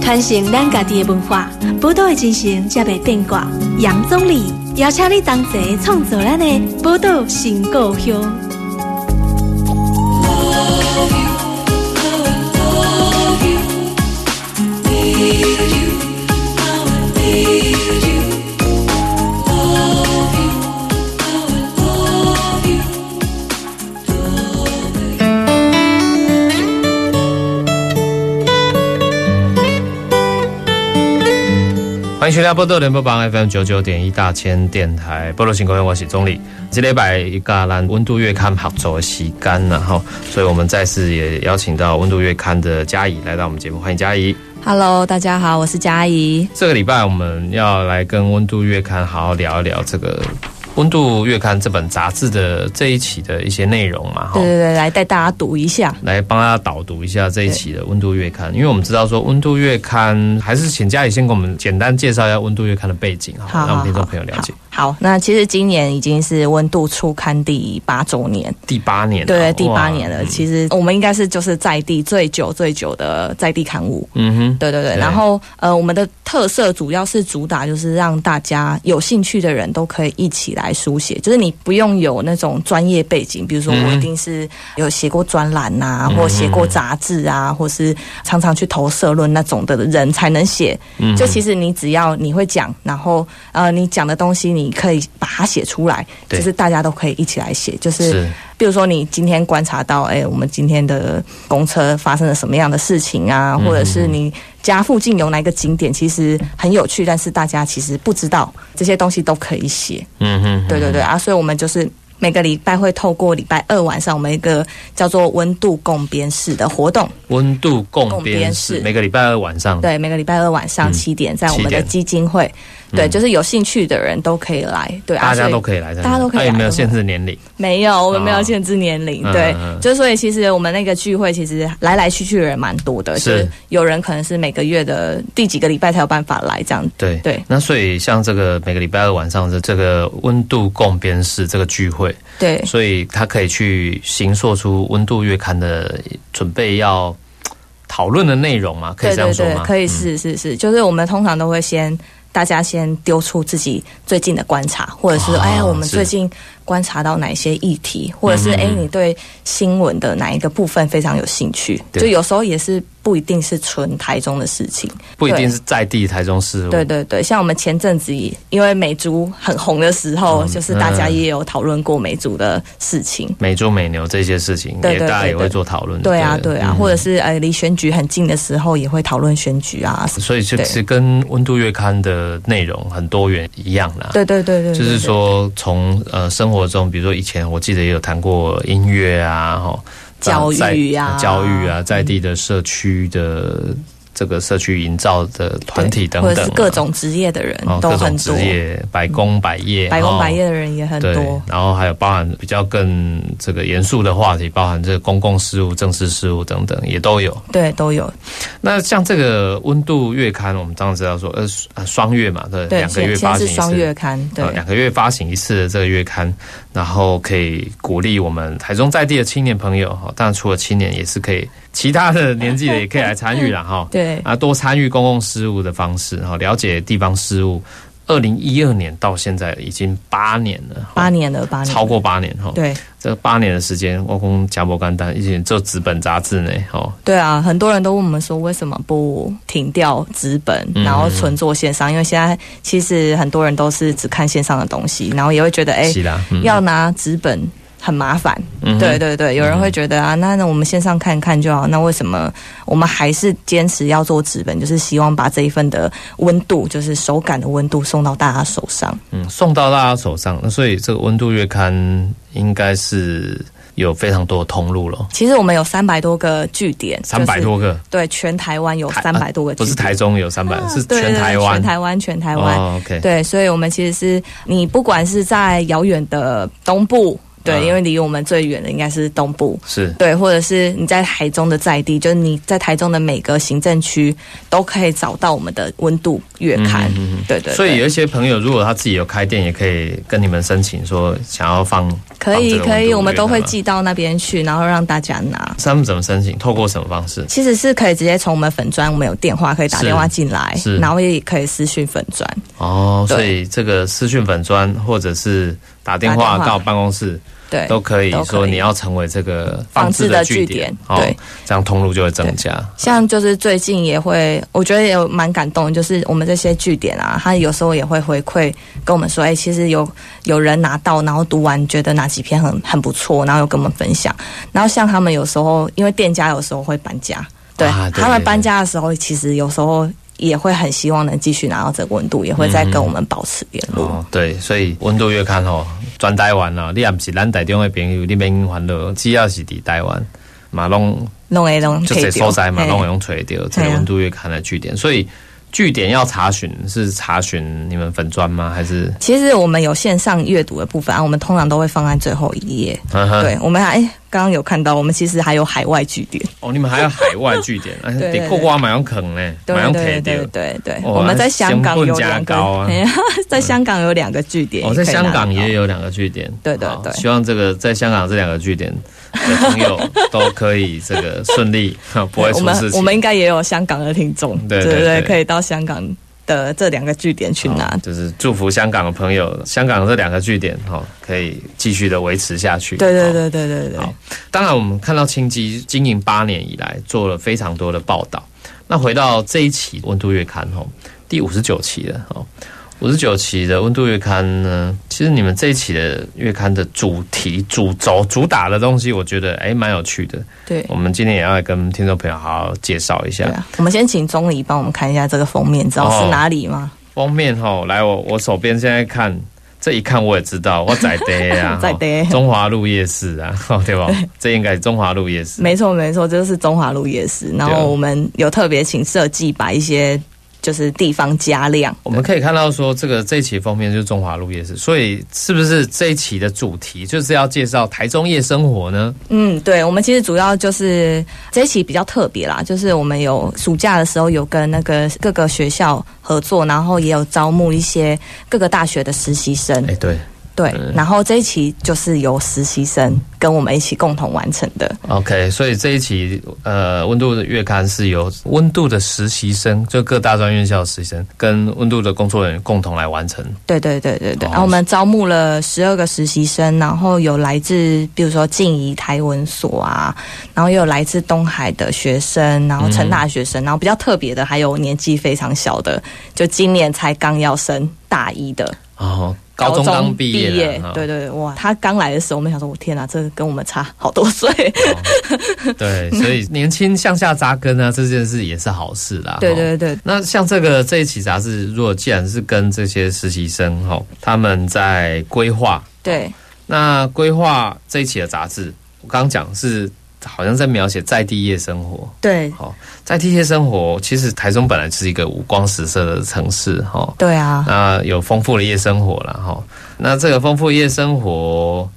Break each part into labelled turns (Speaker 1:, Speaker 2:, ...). Speaker 1: 传承咱家己的文化，宝岛的精神才袂变卦。杨总理邀请你同齐创造咱的宝岛新故乡。
Speaker 2: 欢迎收听波多联播帮 FM 九九点一大千电台，波多新闻，我是钟理。这礼拜一个咱温度月刊合作的时间然后所以我们再次也邀请到温度月刊的嘉怡来到我们节目，欢迎嘉怡。
Speaker 3: Hello，大家好，我是佳怡。
Speaker 2: 这个礼拜我们要来跟温度月刊好好聊一聊这个温度月刊这本杂志的这一期的一些内容嘛，哈
Speaker 3: 对。对对，来带大家读一下。
Speaker 2: 来帮大家导读一下这一期的《温度月刊》，因为我们知道说《温度月刊》还是请嘉怡先给我们简单介绍一下《温度月刊》的背景，好
Speaker 3: 好
Speaker 2: 吗，让我们
Speaker 3: 好，
Speaker 2: 听众朋友了解。
Speaker 3: 好。好，那其实今年已经是温度初刊第八周年，
Speaker 2: 第八年了，
Speaker 3: 对，第八年
Speaker 2: 哇
Speaker 3: 了。其实我们应该是就是在地最久最久的在地刊物。
Speaker 2: 嗯哼，
Speaker 3: 对对对，
Speaker 2: 对
Speaker 3: 然后呃，我们的特色主要是主打就是让大家有兴趣的人都可以一起来书写，就是你不用有那种专业背景，比如说
Speaker 2: 嗯
Speaker 3: 我一定是有写过专栏呐、或写过杂志啊，或是常常去投社论那种的人才能写。
Speaker 2: 嗯
Speaker 3: 就其实你只要你会讲，然后呃，你讲的东西你可以把它写出来，
Speaker 2: 对
Speaker 3: 就是大家都可以一起来写，就是
Speaker 2: 是
Speaker 3: 比如说你今天观察到，哎、我们今天的公车发生了什么样的事情
Speaker 2: 嗯
Speaker 3: 啊，或者是你家附近有哪一个景点，其实很有趣，但是大家其实不知道这些东西都可以写。
Speaker 2: 嗯哼，
Speaker 3: 对对对啊，所以我们就是。每个礼拜会透过礼拜二晚上，我们一个叫做“温度共编室”的活动。
Speaker 2: 温度共
Speaker 3: 共
Speaker 2: 编
Speaker 3: 编
Speaker 2: 室
Speaker 3: 室
Speaker 2: 每个礼拜二晚上，
Speaker 3: 对，每个礼拜二晚上七点，在我们
Speaker 2: 7
Speaker 3: 的
Speaker 2: 嗯点嗯
Speaker 3: 基金会，对，就是有兴趣的人都可以来。对，啊
Speaker 2: 大家
Speaker 3: 所以
Speaker 2: 都可以来参加，
Speaker 3: 大家都可以
Speaker 2: 啊
Speaker 3: 来
Speaker 2: 有没有
Speaker 3: 都可以
Speaker 2: 限制年龄？
Speaker 3: 没有，我们没
Speaker 2: 哦
Speaker 3: 有限制年龄，
Speaker 2: 嗯
Speaker 3: 对
Speaker 2: 嗯嗯，
Speaker 3: 就所以其实我们那个聚会其实来来去去的人蛮多的，
Speaker 2: 是
Speaker 3: 就有人可能是每个月的第几个礼拜才有办法来这样，
Speaker 2: 对
Speaker 3: 对
Speaker 2: 那所以像这个每个礼拜二晚上的这个温度共编室这个聚会，
Speaker 3: 对
Speaker 2: 所以他可以去形塑出温度月刊的准备要讨论的内容嘛？可以
Speaker 3: 对
Speaker 2: 这样
Speaker 3: 对
Speaker 2: 说
Speaker 3: 对
Speaker 2: 吗？，
Speaker 3: 可以
Speaker 2: 嗯
Speaker 3: 是是是，就是我们通常都会先。大家先丢出自己最近的观察，或者是
Speaker 2: 哦
Speaker 3: 哎呀，我们
Speaker 2: 是
Speaker 3: 最近观察到哪些议题，或者是
Speaker 2: 嗯嗯
Speaker 3: 哎，
Speaker 2: 嗯
Speaker 3: 你对新闻的哪一个部分非常有兴趣？
Speaker 2: 对
Speaker 3: 就有时候也是不一定是纯台中的事情，
Speaker 2: 不一定
Speaker 3: 对
Speaker 2: 是在地台中市，
Speaker 3: 对对对，像我们前阵子也因为美猪很红的时候，
Speaker 2: 嗯
Speaker 3: 就是大家也有讨论过美猪的事情。
Speaker 2: 美猪美牛这些事情，
Speaker 3: 对
Speaker 2: 也
Speaker 3: 对
Speaker 2: 大家
Speaker 3: 对
Speaker 2: 也会
Speaker 3: 对
Speaker 2: 做讨论，
Speaker 3: 对啊，
Speaker 2: 不
Speaker 3: 对啊，或者是呃，离选举很近的时候，也会讨论选举啊。
Speaker 2: 所以就
Speaker 3: 对
Speaker 2: 是跟温度月刊的内容很多元一样啦。
Speaker 3: 对对对对，对
Speaker 2: 就是，说从呃生活中，比如说以前我记得也有谈过音乐啊，吼，
Speaker 3: 教育啊
Speaker 2: 在教育啊，在地的社区的这个社区营造的
Speaker 3: 对
Speaker 2: 团体等
Speaker 3: 或
Speaker 2: 等啊、
Speaker 3: 者是各种职业的人
Speaker 2: 哦
Speaker 3: 都
Speaker 2: 各
Speaker 3: 很
Speaker 2: 种
Speaker 3: 多
Speaker 2: 职，业，哦百工百业，
Speaker 3: 百工
Speaker 2: 哦
Speaker 3: 百业的人也很
Speaker 2: 对
Speaker 3: 多，。
Speaker 2: 然后还有包含比较更这个严肃的话题，包含这个公共事务、政治事务等等，也都有。
Speaker 3: 对，都有。
Speaker 2: 那像这个温度月刊，我们当然知道说，呃，呃双月嘛，对，
Speaker 3: 对，
Speaker 2: 两个
Speaker 3: 现
Speaker 2: 月
Speaker 3: 现
Speaker 2: 发
Speaker 3: 在
Speaker 2: 行
Speaker 3: 是
Speaker 2: 一次，
Speaker 3: 双月刊，对，
Speaker 2: 呃，两个月发行一次的这个月刊，然后可以鼓励我们台中在地的青年朋友哈，当然除了青年也是可以，其他的年纪的也可以来参与了哈
Speaker 3: 对
Speaker 2: 啊，多参与公共事务的方式，然后了解地方事务。二零一二年到现在已经八年了，哈
Speaker 3: 八年了，八年了
Speaker 2: 超过八年哈。
Speaker 3: 对
Speaker 2: 这八年的时间，我跟贾伯干丹一起做纸本杂志呢，哦，
Speaker 3: 对啊，很多人都问我们说，为什么不停掉纸本，
Speaker 2: 嗯
Speaker 3: 然后纯做线上？因为现在其实很多人都是只看线上的东西，然后也会觉得，哎、
Speaker 2: 是啦，嗯
Speaker 3: 要拿纸本很麻烦。
Speaker 2: 嗯哼嗯
Speaker 3: 对对对，有人会觉得啊，那那我们线上看看就好。那为什么我们还是坚持要做纸本？就是希望把这一份的温度，就是手感的温度送到大家手上。
Speaker 2: 嗯，送到大家手上。那所以这个温度月刊应该是有非常多的通路了，
Speaker 3: 其实我们有三百多个据点，
Speaker 2: 三百
Speaker 3: 就是
Speaker 2: 多个，
Speaker 3: 对，全台湾有
Speaker 2: 台
Speaker 3: 三百多个
Speaker 2: 啊不是
Speaker 3: 据点
Speaker 2: 台中有三百、是
Speaker 3: 对对
Speaker 2: 全
Speaker 3: 对
Speaker 2: 台湾，
Speaker 3: 全台湾，全台湾。
Speaker 2: 哦，OK，
Speaker 3: 对，所以我们其实是你不管是在遥远的东部，对，
Speaker 2: 嗯
Speaker 3: 因为离我们最远的应该是东部。
Speaker 2: 是
Speaker 3: 对，或者是你在台中的在地，就是你在台中的每个行政区都可以找到我们的温度月刊，
Speaker 2: 嗯
Speaker 3: 对对对
Speaker 2: 所以有一些朋友，如果他自己有开店，也可以跟你们申请说想要放
Speaker 3: 可以
Speaker 2: 帮这个
Speaker 3: 可
Speaker 2: 温
Speaker 3: 以，
Speaker 2: 度啊
Speaker 3: 我们都会
Speaker 2: 约的吗。
Speaker 3: 寄到那边去，然后让大家拿。
Speaker 2: 他们怎么申请？透过什么方式？
Speaker 3: 其实是可以直接从我们粉砖，我们有电话可以打电话进来
Speaker 2: 是是，
Speaker 3: 然后也可以私讯粉砖。
Speaker 2: 哦，
Speaker 3: 对
Speaker 2: 所以这个私讯粉砖或者是打电
Speaker 3: 打
Speaker 2: 话
Speaker 3: 电话
Speaker 2: 到办公室
Speaker 3: 对，
Speaker 2: 都可以
Speaker 3: 都可以
Speaker 2: 说你要成为这个
Speaker 3: 防
Speaker 2: 治
Speaker 3: 治
Speaker 2: 的
Speaker 3: 的
Speaker 2: 据
Speaker 3: 据
Speaker 2: 点哦
Speaker 3: 点，对，
Speaker 2: 这样通路就会增加。
Speaker 3: 像就是最近也会，我觉得也有蛮感动的，就是我们这些据点啊，他有时候也会回馈跟我们说，哎、其实有有人拿到，然后读完觉得哪几篇很很不错，然后有跟我们分享。然后像他们有时候，因为店家有时候会搬家，对,、
Speaker 2: 啊对
Speaker 3: 他
Speaker 2: 对
Speaker 3: 们
Speaker 2: 对
Speaker 3: 搬家的时候，其实有时候也会很希望能继续拿到这个温度，也会再跟我们保持联络。
Speaker 2: 哦，对，所以温度月刊吼，全台湾啦，你也不是咱台中的朋友，你免烦恼，只要是伫台湾，嘛拢
Speaker 3: 弄 A 弄
Speaker 2: 就
Speaker 3: K
Speaker 2: 这所在嘛，拢会
Speaker 3: 嘿
Speaker 2: 用找到这个
Speaker 3: 嘿啊
Speaker 2: 温度月刊的据点，所以。据点要查询是查询你们粉砖吗？还是
Speaker 3: 其实我们有线上阅读的部分啊，我们通常都会放在最后一页。
Speaker 2: 嗯哼
Speaker 3: 对，我们还哎，刚刚有看到，我们其实还有海外据点。
Speaker 2: 哦，你们还有海外据点，啊，
Speaker 3: 对
Speaker 2: 得过关买用坑呢，
Speaker 3: 对
Speaker 2: 买用
Speaker 3: 对
Speaker 2: 铁
Speaker 3: 对
Speaker 2: 丢。
Speaker 3: 对对，
Speaker 2: 哦
Speaker 3: 我们在香港有两
Speaker 2: 成本加
Speaker 3: 个，
Speaker 2: 高啊
Speaker 3: 哎呀 在香港有两个据点也
Speaker 2: 哦，
Speaker 3: 可以拿
Speaker 2: 在
Speaker 3: 得到，
Speaker 2: 香港也有两个据点，
Speaker 3: 对对
Speaker 2: 好
Speaker 3: 对
Speaker 2: 希望这个在香港这两个据点的朋 友都可以这个顺利，哈不会
Speaker 3: 对，我
Speaker 2: 出事
Speaker 3: 们
Speaker 2: 情。
Speaker 3: 我们应该也有香港的听众，
Speaker 2: 对对
Speaker 3: 对
Speaker 2: 对
Speaker 3: 可以到香港的这两个据点去拿
Speaker 2: 好。嗯就是祝福香港的朋友，香港这两个据点哈、哦，可以继续的维持下去。
Speaker 3: 对对
Speaker 2: 哦
Speaker 3: 对对对对
Speaker 2: 好，当然我们看到清基经营八年以来做了非常多的报道。那回到这一期《温度月刊》哦，第五十九期了哦，五十九期的《温度月刊》呢，其实你们这一期的月刊的主题、主轴、主打的东西，我觉得哎蛮有趣的。
Speaker 3: 对
Speaker 2: 我们今天也要来跟听众朋友好好介绍一下
Speaker 3: 对。啊！我们先请钟离帮我们看一下这个封面，知道
Speaker 2: 哦
Speaker 3: 是哪里吗？，
Speaker 2: 封面吼，来我我手边现在看，这一看我也知道，我在的啊
Speaker 3: 在地
Speaker 2: 吼中华路夜市啊， 吼对吧？这应该是中华路夜市。
Speaker 3: 没错没错，这就是中华路夜市。然
Speaker 2: 对啊
Speaker 3: 后我们有特别请设计把一些就是地方加亮，
Speaker 2: 我们可以看到说，这个这一期封面就是中华路夜市，所以是不是这一期的主题就是要介绍台中夜生活呢？
Speaker 3: 嗯，对，我们其实主要就是这一期比较特别啦，就是我们有暑假的时候有跟那个各个学校合作，然后也有招募一些各个大学的实习生，
Speaker 2: 哎、对
Speaker 3: 对，然后这一期就是由实习生跟我们一起共同完成的，
Speaker 2: ，OK，所以这一期呃，温度的月刊是由温度的实习生，就各大专院校的实习生跟温度的工作人员共同来完成。
Speaker 3: 对对对对对，
Speaker 2: 哦
Speaker 3: 然后我们招募了十二个实习生，然后有来自比如说静宜台文所啊，然后也有来自东海的学生，然后成大学生，然后比较特别的还有年纪非常小的，就今年才刚要升大一的。
Speaker 2: 哦，高中刚毕业
Speaker 3: 高
Speaker 2: 的
Speaker 3: 中
Speaker 2: 哈
Speaker 3: 对对对，哇！他刚来的时候，我们想说，我天哪，这个跟我们差好多 岁。
Speaker 2: 对，所以年轻向下扎根啊，这件事也是好事啦。
Speaker 3: 对
Speaker 2: 吼
Speaker 3: 对对，
Speaker 2: 那像这个这一期杂志，如果既然是跟这些实习生哈，吼他们在规划，
Speaker 3: 对
Speaker 2: 那规划这一期的杂志，我刚刚讲是好像在描写在地夜生活。
Speaker 3: 对
Speaker 2: 好，在地夜生活，其实台中本来是一个五光十色的城市哈，吼
Speaker 3: 对啊！
Speaker 2: 那有丰富的夜生活了哈。吼那这个丰富的夜生活，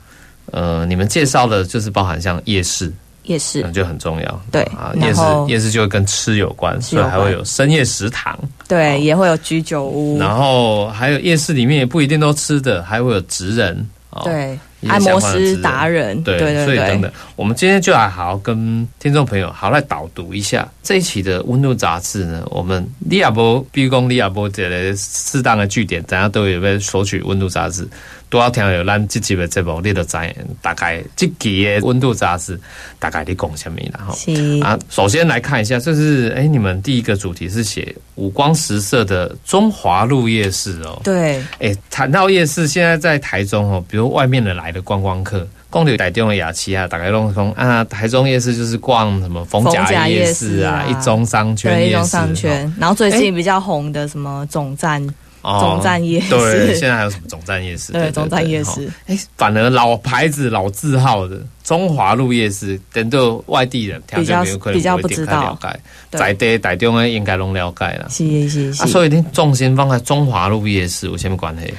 Speaker 2: 呃，你们介绍的就是包含像夜市，
Speaker 3: 也是
Speaker 2: 嗯，就很重要。
Speaker 3: 对
Speaker 2: 啊，
Speaker 3: 然
Speaker 2: 夜市
Speaker 3: 后
Speaker 2: 夜市就会跟吃有关，
Speaker 3: 吃
Speaker 2: 所
Speaker 3: 有
Speaker 2: 以
Speaker 3: 关嗯
Speaker 2: 还会有深夜食堂，好
Speaker 3: 对，也会有居酒屋，
Speaker 2: 然后还有夜市里面也不一定都吃的，还会有职人，哦，
Speaker 3: 对，
Speaker 2: 一些
Speaker 3: 按摩
Speaker 2: 相关的职
Speaker 3: 师
Speaker 2: 人
Speaker 3: 达人，
Speaker 2: 对，
Speaker 3: 对对
Speaker 2: 所以
Speaker 3: 对，
Speaker 2: 等等，我们今天就来好好跟听众朋友好好来导读一下这一期的《温度杂志》呢。我们利亚波、比如讲利亚波这类适当的据点，大家都有被索取《温度杂志》，多少听有咱这集的节目，你就知大概这期的《温度杂志》大概你讲什么啦吼。
Speaker 3: 是
Speaker 2: 啊，首先来看一下，这是哎，你们第一个主题是写五光十色的中华路夜市哦。
Speaker 3: 对
Speaker 2: 哎，谈到夜市，现在在台中哦，比如外面的来的观光客，逛到台中的雅琪啊，大概弄从啊，台中夜市就是逛什么逢
Speaker 3: 逢
Speaker 2: 甲
Speaker 3: 甲
Speaker 2: 夜
Speaker 3: 夜
Speaker 2: 市
Speaker 3: 市
Speaker 2: 啊
Speaker 3: 啊，
Speaker 2: 一中商圈夜
Speaker 3: 对，一
Speaker 2: 市，
Speaker 3: 中商圈，然后最近比较红的什么总站，
Speaker 2: 哦
Speaker 3: 总站夜市
Speaker 2: 对，现在还有什么总站夜市？
Speaker 3: 对，总站夜。
Speaker 2: 哦
Speaker 3: 市，
Speaker 2: 哎，反而老牌子、老字号的中华路夜市，等到外地人听
Speaker 3: 比较
Speaker 2: 就没有可能
Speaker 3: 比较
Speaker 2: 会
Speaker 3: 不
Speaker 2: 点
Speaker 3: 知
Speaker 2: 开了
Speaker 3: 道
Speaker 2: 解，
Speaker 3: 对
Speaker 2: 在地台中的应该拢了解啦。
Speaker 3: 是是
Speaker 2: 啊，
Speaker 3: 是。
Speaker 2: 所以你重心放在中华路夜市有什么关系？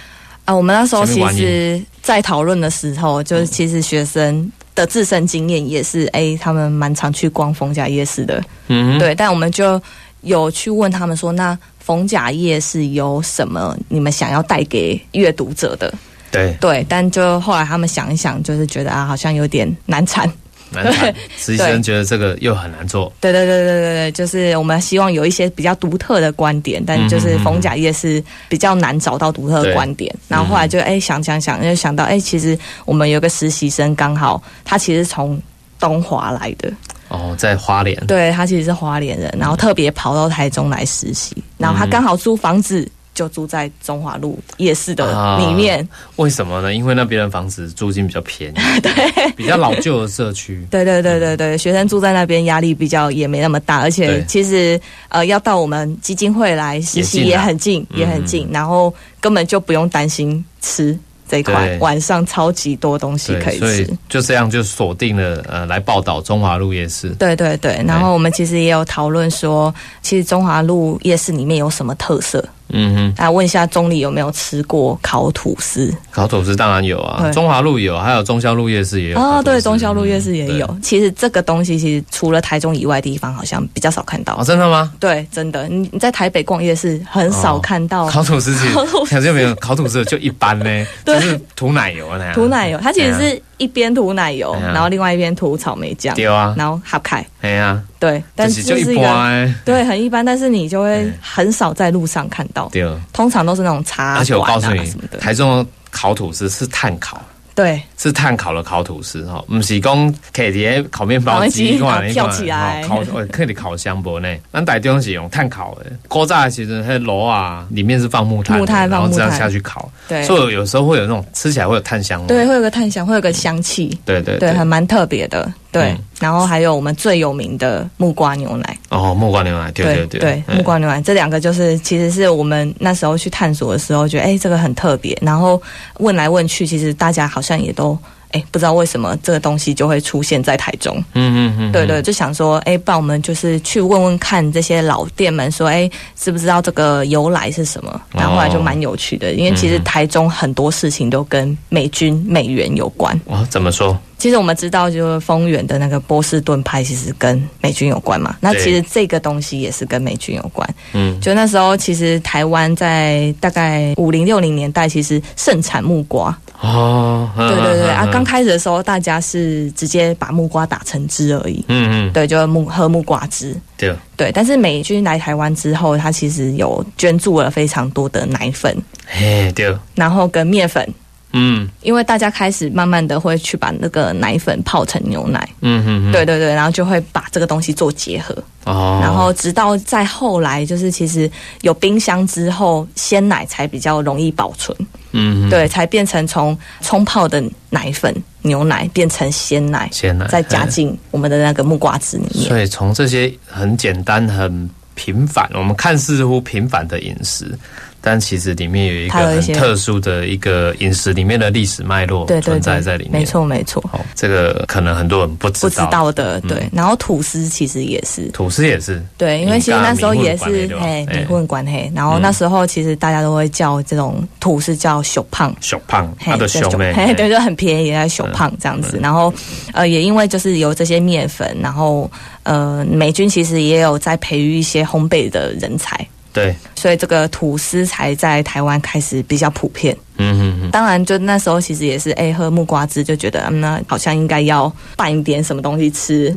Speaker 3: 啊，我们那时候
Speaker 2: 前面
Speaker 3: 其
Speaker 2: 玩
Speaker 3: 实，在讨论的时候，就是其实学生的自身经验也是，哎、他们蛮常去逛逢甲夜市的，
Speaker 2: 嗯嗯哼，
Speaker 3: 对。但我们就有去问他们说，那逢甲夜市有什么你们想要带给阅读者的？
Speaker 2: 对，
Speaker 3: 对，但就后来他们想一想，就是觉得啊，好像有点难产。
Speaker 2: 难 产。实习生觉得这个又很难做，
Speaker 3: 对对对对对对，就是我们希望有一些比较独特的观点，但就是逢甲夜是比较难找到独特的观点。然后后来就哎、想想想，就想到哎、其实我们有个实习生刚好他其实从东华来的，
Speaker 2: 哦，在花莲，
Speaker 3: 对他其实是花莲人，然后特别跑到台中来实习，然后他刚好租房子。就住在中华路夜市的里面，
Speaker 2: 为什么呢？因为那边的房子租金比较 便宜，对，比较老旧的社区，
Speaker 3: 对对对对对，学生住在那边压力比较也没那么大，而且
Speaker 2: 嗯对
Speaker 3: 其实呃要到我们基金会来实习
Speaker 2: 也近
Speaker 3: 也
Speaker 2: 啊
Speaker 3: 很近，也很近，然后根本就不用担心吃这一块
Speaker 2: 对，
Speaker 3: 晚上超级多东西可
Speaker 2: 对，
Speaker 3: 以
Speaker 2: 所
Speaker 3: 吃
Speaker 2: 以。就这样就锁定了呃，来报道中华路夜市，
Speaker 3: 对对对，然后我们其实也有讨论说，其实中华路夜市里面有什么特色？
Speaker 2: 嗯哼。
Speaker 3: 来问一下钟里有没有吃过烤吐司？
Speaker 2: 烤吐司当然有啊，
Speaker 3: 对
Speaker 2: 中华路有，还有中消路夜市也有烤吐司。
Speaker 3: 哦，对，中消路夜市也有
Speaker 2: 对。
Speaker 3: 其实这个东西其实除了台中以外地方，好像比较少看到。
Speaker 2: 哦，真的吗？
Speaker 3: 对，真的，你你在台北逛夜市很少看到
Speaker 2: 烤吐司其
Speaker 3: 烤吐
Speaker 2: 实
Speaker 3: 司
Speaker 2: 想见没有，烤吐司就一般呢，
Speaker 3: 对
Speaker 2: 就是涂奶油啊那样。
Speaker 3: 涂奶油，它其实
Speaker 2: 哎呀
Speaker 3: 是一边涂奶油，
Speaker 2: 哎呀
Speaker 3: 然后另外一边涂草莓酱，
Speaker 2: 对啊，
Speaker 3: 然后合开。
Speaker 2: 哎呀，
Speaker 3: 对，但
Speaker 2: 就是是就
Speaker 3: 这是
Speaker 2: 一
Speaker 3: 一个
Speaker 2: 般的，
Speaker 3: 对很一般，但是你就会
Speaker 2: 哎
Speaker 3: 很少在路上看到，
Speaker 2: 对。
Speaker 3: 通常都是那种茶
Speaker 2: 而且我
Speaker 3: 馆
Speaker 2: 告诉
Speaker 3: 啊
Speaker 2: 你
Speaker 3: 什么，的。
Speaker 2: 台中的烤吐司是炭烤。
Speaker 3: 对，
Speaker 2: 是炭烤的烤吐司哈，不是讲可以直接烤面
Speaker 3: 烤
Speaker 2: 包
Speaker 3: 面
Speaker 2: 机
Speaker 3: 机
Speaker 2: 挂
Speaker 3: 然后翘起来
Speaker 2: 烤呃可以烤香薄呢。咱台中是用炭烤的，锅炸其实那楼啊里面是放木炭的，
Speaker 3: 木炭
Speaker 2: 然
Speaker 3: 放
Speaker 2: 后这样
Speaker 3: 木炭
Speaker 2: 下去烤，
Speaker 3: 对
Speaker 2: 所以有时候会有那种吃起来会有炭香味。
Speaker 3: 对，会有个炭香，会有个香气，
Speaker 2: 对对
Speaker 3: 对，还蛮特别的。对
Speaker 2: 嗯，
Speaker 3: 然后还有我们最有名的木瓜牛奶。
Speaker 2: 哦，木瓜牛奶，对对哎嗯
Speaker 3: 对木瓜牛奶这两个就是，其实是我们那时候去探索的时候，觉得哎、这个很特别，然后问来问去，其实大家好像也都哎、不知道为什么这个东西就会出现在台中。
Speaker 2: 嗯嗯嗯，
Speaker 3: 对对，就想说哎、不然我们就是去问问看这些老店们说，哎、知不知道这个由来是什
Speaker 2: 哦
Speaker 3: 么？然后后来就蛮有趣的，因为其实
Speaker 2: 嗯
Speaker 3: 台中很多事情都跟美军美元有关。
Speaker 2: 哦，怎么说？
Speaker 3: 其实我们知道，就是丰原的那个波士顿派，其实跟美军有关嘛。那
Speaker 2: 对
Speaker 3: 其实这个东西也是跟美军有关。
Speaker 2: 嗯，
Speaker 3: 就那时候，其实台湾在大概五零六零年代，其实盛产木瓜。
Speaker 2: 哦，对
Speaker 3: 对对对啊，刚，开始的时候，大家是直接把木瓜打成汁而已。
Speaker 2: 嗯嗯，
Speaker 3: 对，就是木喝木瓜汁。
Speaker 2: 对，
Speaker 3: 对，但是美军来台湾之后，他其实有捐助了非常多的奶粉，
Speaker 2: 嘿，对，
Speaker 3: 然后跟面粉，
Speaker 2: 嗯
Speaker 3: 因为大家开始慢慢的会去把那个奶粉泡成牛奶。
Speaker 2: 嗯嗯，
Speaker 3: 对，对对，然后就会把这个东西做结合，
Speaker 2: 哦，
Speaker 3: 然后直到在后来，就是其实有冰箱之后，鲜奶才比较容易保存，
Speaker 2: 嗯，
Speaker 3: 对，才变成从冲泡的奶粉、牛奶变成鲜奶，
Speaker 2: 鲜奶
Speaker 3: 再加进我们的那个木瓜汁里面。
Speaker 2: 所以从这些很简单、很平凡，我们看似乎平凡的饮食，但其实里面有一个
Speaker 3: 它有一
Speaker 2: 很
Speaker 3: 些
Speaker 2: 特殊的一个饮食里面的历史脉络
Speaker 3: 对对
Speaker 2: 存在
Speaker 3: 对，
Speaker 2: 在里面。
Speaker 3: 没，错没错，
Speaker 2: 哦，这个可能很多人不知
Speaker 3: 不
Speaker 2: 道。嗯
Speaker 3: 知道的对。然后吐司其实也是
Speaker 2: 吐司也是，
Speaker 3: 对，因为其实那时候也
Speaker 2: 你
Speaker 3: 是
Speaker 2: 跟
Speaker 3: 嘿
Speaker 2: 米
Speaker 3: 米
Speaker 2: 混
Speaker 3: 混管黑，然后
Speaker 2: 嗯
Speaker 3: 那时候其实大家都会叫这种吐司叫小胖。
Speaker 2: 小胖，
Speaker 3: 嘿
Speaker 2: 他啊的
Speaker 3: 就
Speaker 2: 小妹，
Speaker 3: 嘿，对，就很便宜，还小胖这样子。然后，呃，也因为就是有这些面粉，然后呃，美军其实也有在培育一些烘焙的人才，
Speaker 2: 对，
Speaker 3: 所以这个吐司才在台湾开始比较普遍。
Speaker 2: 嗯嗯
Speaker 3: 当然，就那时候其实也是，哎、喝木瓜汁就觉得，嗯，那好像应该要拌一点什么东西吃，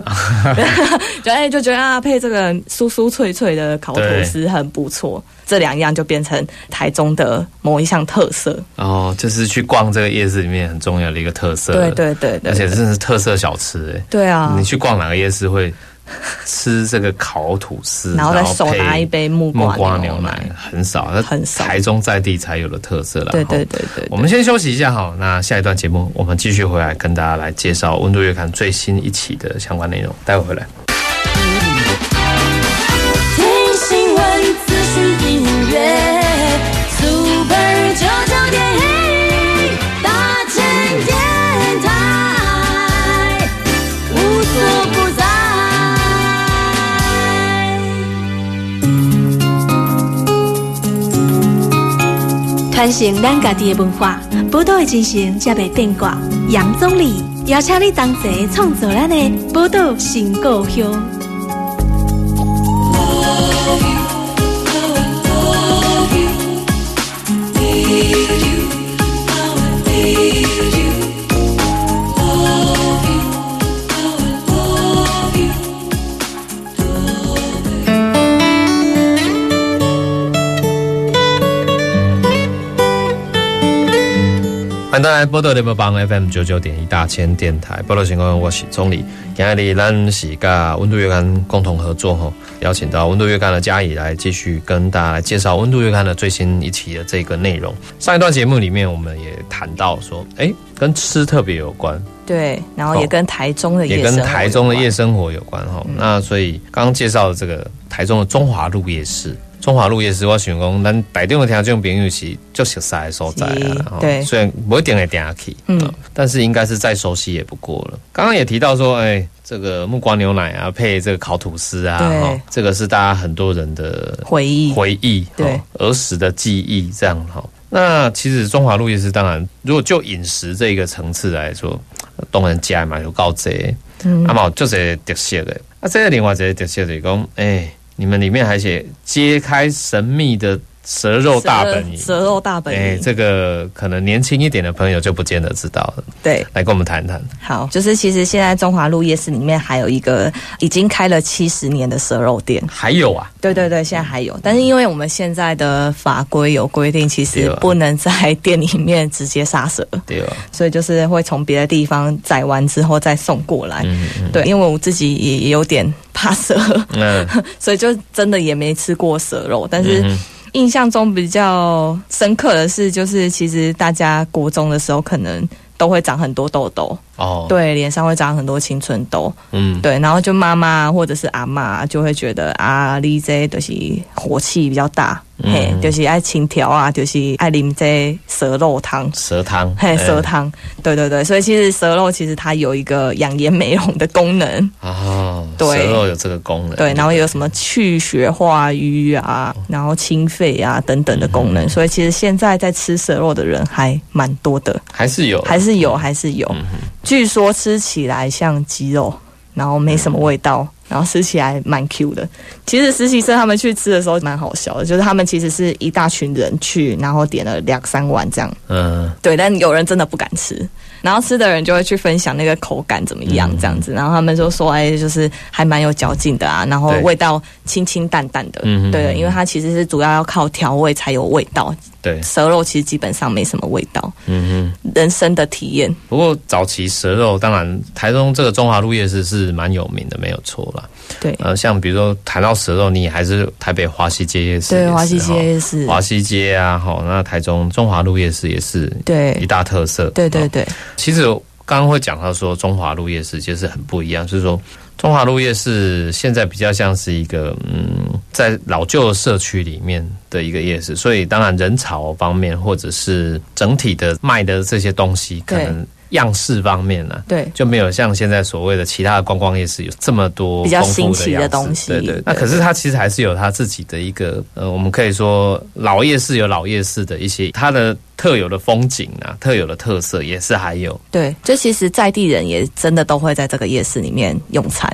Speaker 3: 就哎、就觉得啊，配这个酥酥脆脆的烤吐司很不错。这两样就变成台中的某一项特色。
Speaker 2: 嗯，哦，就是去逛这个夜市里面很重要的一个特色，
Speaker 3: 对对对对，
Speaker 2: 而且真的是特色小吃哎、
Speaker 3: 对啊，
Speaker 2: 你去逛哪个夜市会吃这个烤吐司，
Speaker 3: 然后再手
Speaker 2: 配
Speaker 3: 拿一杯木
Speaker 2: 木
Speaker 3: 瓜
Speaker 2: 瓜
Speaker 3: 牛
Speaker 2: 牛奶，很少，那
Speaker 3: 很少
Speaker 2: 台中在地才有的特色了。
Speaker 3: 对对
Speaker 2: 齁。
Speaker 3: 对对
Speaker 2: 我们先休息一下哈，那下一段节目我们继续回来跟大家来介绍《温度月刊》最新一期的相关内容，待会回来。
Speaker 4: 听新闻，资讯音乐，Super 九九点一，大千电台，无所不在。
Speaker 1: 传承咱家己的文化，宝岛的精神才袂变卦。杨总理邀请你同齐创造咱的宝岛新故乡。
Speaker 4: Love you, love you, need you, I will be
Speaker 2: 欢迎大家波多联播帮 FM 九九点一大千电台，波多情况我是钟理。今日咱是甲温度月刊共同合作吼，邀请到温度月刊的嘉怡来继续跟大家来介绍温度月刊的最新一期的这个内容。上一段节目里面我们也谈到说，哎，跟吃特别有关，
Speaker 3: 对，然后也跟台中的夜
Speaker 2: 也跟
Speaker 3: 生活有关嗯
Speaker 2: 台中的夜生活有关哈。那所以刚刚介绍的这个台中的中华路夜市，中华路夜市，我想讲咱台中的听众朋友是就熟悉的所在
Speaker 3: 是
Speaker 2: 啊。吼
Speaker 3: 对
Speaker 2: 虽然不一定会定去，
Speaker 3: 嗯
Speaker 2: 嗯，但是应该是再熟悉也不过了。刚刚也提到说，哎，这个木瓜牛奶啊，配这个烤吐司啊，
Speaker 3: 对
Speaker 2: 吼这个是大家很多人的
Speaker 3: 回忆，
Speaker 2: 回忆，
Speaker 3: 对
Speaker 2: 哦儿时的记忆这样哈。那其实中华路夜市，当然如果就饮食这个层次来说，东人家嘛有告贼，
Speaker 3: 嗯
Speaker 2: 啊嘛就是特色的。啊，这个另外一个特色就是讲，哎、你们里面还写揭开神秘的蛇肉大本营。
Speaker 3: 蛇肉大本
Speaker 2: 哎、
Speaker 3: 营，
Speaker 2: 这个可能年轻一点的朋友就不见得知道了，
Speaker 3: 对，
Speaker 2: 来跟我们谈谈。
Speaker 3: 好，就是其实现在中华路夜市里面还有一个已经开了七十年的蛇肉店。
Speaker 2: 还有啊，
Speaker 3: 对对对，现在还有，但是因为我们现在的法规有规定，其
Speaker 2: 对
Speaker 3: 实
Speaker 2: 啊
Speaker 3: 不能在店里面直接杀蛇，
Speaker 2: 对吧？
Speaker 3: 所以就是会从别的地方宰完之后再送过来。
Speaker 2: 嗯嗯，
Speaker 3: 对，因为我自己也也有点怕蛇，
Speaker 2: 那
Speaker 3: 所以就真的也没吃过蛇肉，但是。
Speaker 2: 嗯
Speaker 3: 印象中比较深刻的是，就是其实大家国中的时候可能都会长很多痘痘，
Speaker 2: 哦，，
Speaker 3: 对，脸上会长很多青春痘，
Speaker 2: 嗯，
Speaker 3: 对，然后就妈妈或者是阿妈就会觉得啊，你这就是火气比较大，
Speaker 2: 嗯
Speaker 3: 嘿，就是爱青条啊，就是爱啉这蛇肉汤。
Speaker 2: 蛇汤，
Speaker 3: 嘿，
Speaker 2: 哎
Speaker 3: 蛇汤，对对对，所以其实蛇肉其实它有一个养颜美容的功能，
Speaker 2: 哦，
Speaker 3: 对
Speaker 2: 蛇肉有这个功能，
Speaker 3: 对，然后也有什么去血化瘀啊，然后清肺啊等等的功能，所以其实现在在吃蛇肉的人还蛮多的，
Speaker 2: 还是有，
Speaker 3: 还是有，还是有。据说吃起来像鸡肉，然后没什么味道，然后吃起来蛮 Q 的。其实实习生他们去吃的时候蛮好笑的，就是他们其实是一大群人去，然后点了两三碗这样。
Speaker 2: 嗯，
Speaker 3: 对，但有人真的不敢吃，然后吃的人就会去分享那个口感怎么样
Speaker 2: 嗯
Speaker 3: 这样子，然后他们就说，哎，就是还蛮有嚼劲的啊，然后
Speaker 2: 对
Speaker 3: 味道清清淡淡的，
Speaker 2: 嗯哼
Speaker 3: 对，因为它其实是主要要靠调味才有味道，
Speaker 2: 对，
Speaker 3: 蛇肉其实基本上没什么味道，
Speaker 2: 嗯哼。
Speaker 3: 人生的体验，
Speaker 2: 不过早期蛇肉，当然台中这个中华路夜市是蛮有名的，没有错啦。
Speaker 3: 对，
Speaker 2: 呃，像比如说谈到蛇肉，你还是台北华西街夜市也是，
Speaker 3: 对，华西街
Speaker 2: 哈。
Speaker 3: 夜市，
Speaker 2: 华西街啊，好，那台中中华路夜市也是一
Speaker 3: 对，
Speaker 2: 大特色。
Speaker 3: 对对
Speaker 2: 哦
Speaker 3: 对，
Speaker 2: 其实刚刚会讲到说中华路夜市就是很不一样，就是说中华路夜市现在比较像是一个嗯，在老旧的社区里面的一个夜市，所以当然人潮方面或者是整体的卖的这些东西，可
Speaker 3: 对
Speaker 2: 能样式方面啊呢、
Speaker 3: 对
Speaker 2: 就没有像现在所谓的其他的观光夜市有这么多
Speaker 3: 比较
Speaker 2: 丰富
Speaker 3: 新奇
Speaker 2: 样
Speaker 3: 的
Speaker 2: 式
Speaker 3: 东西
Speaker 2: 对对
Speaker 3: 对
Speaker 2: 那可是它其实还是有它自己的一个呃，我们可以说老夜市有老夜市的一些它的特有的风景啊，特有的特色也是还有。
Speaker 3: 对，就其实在地人也真的都会在这个夜市里面用餐，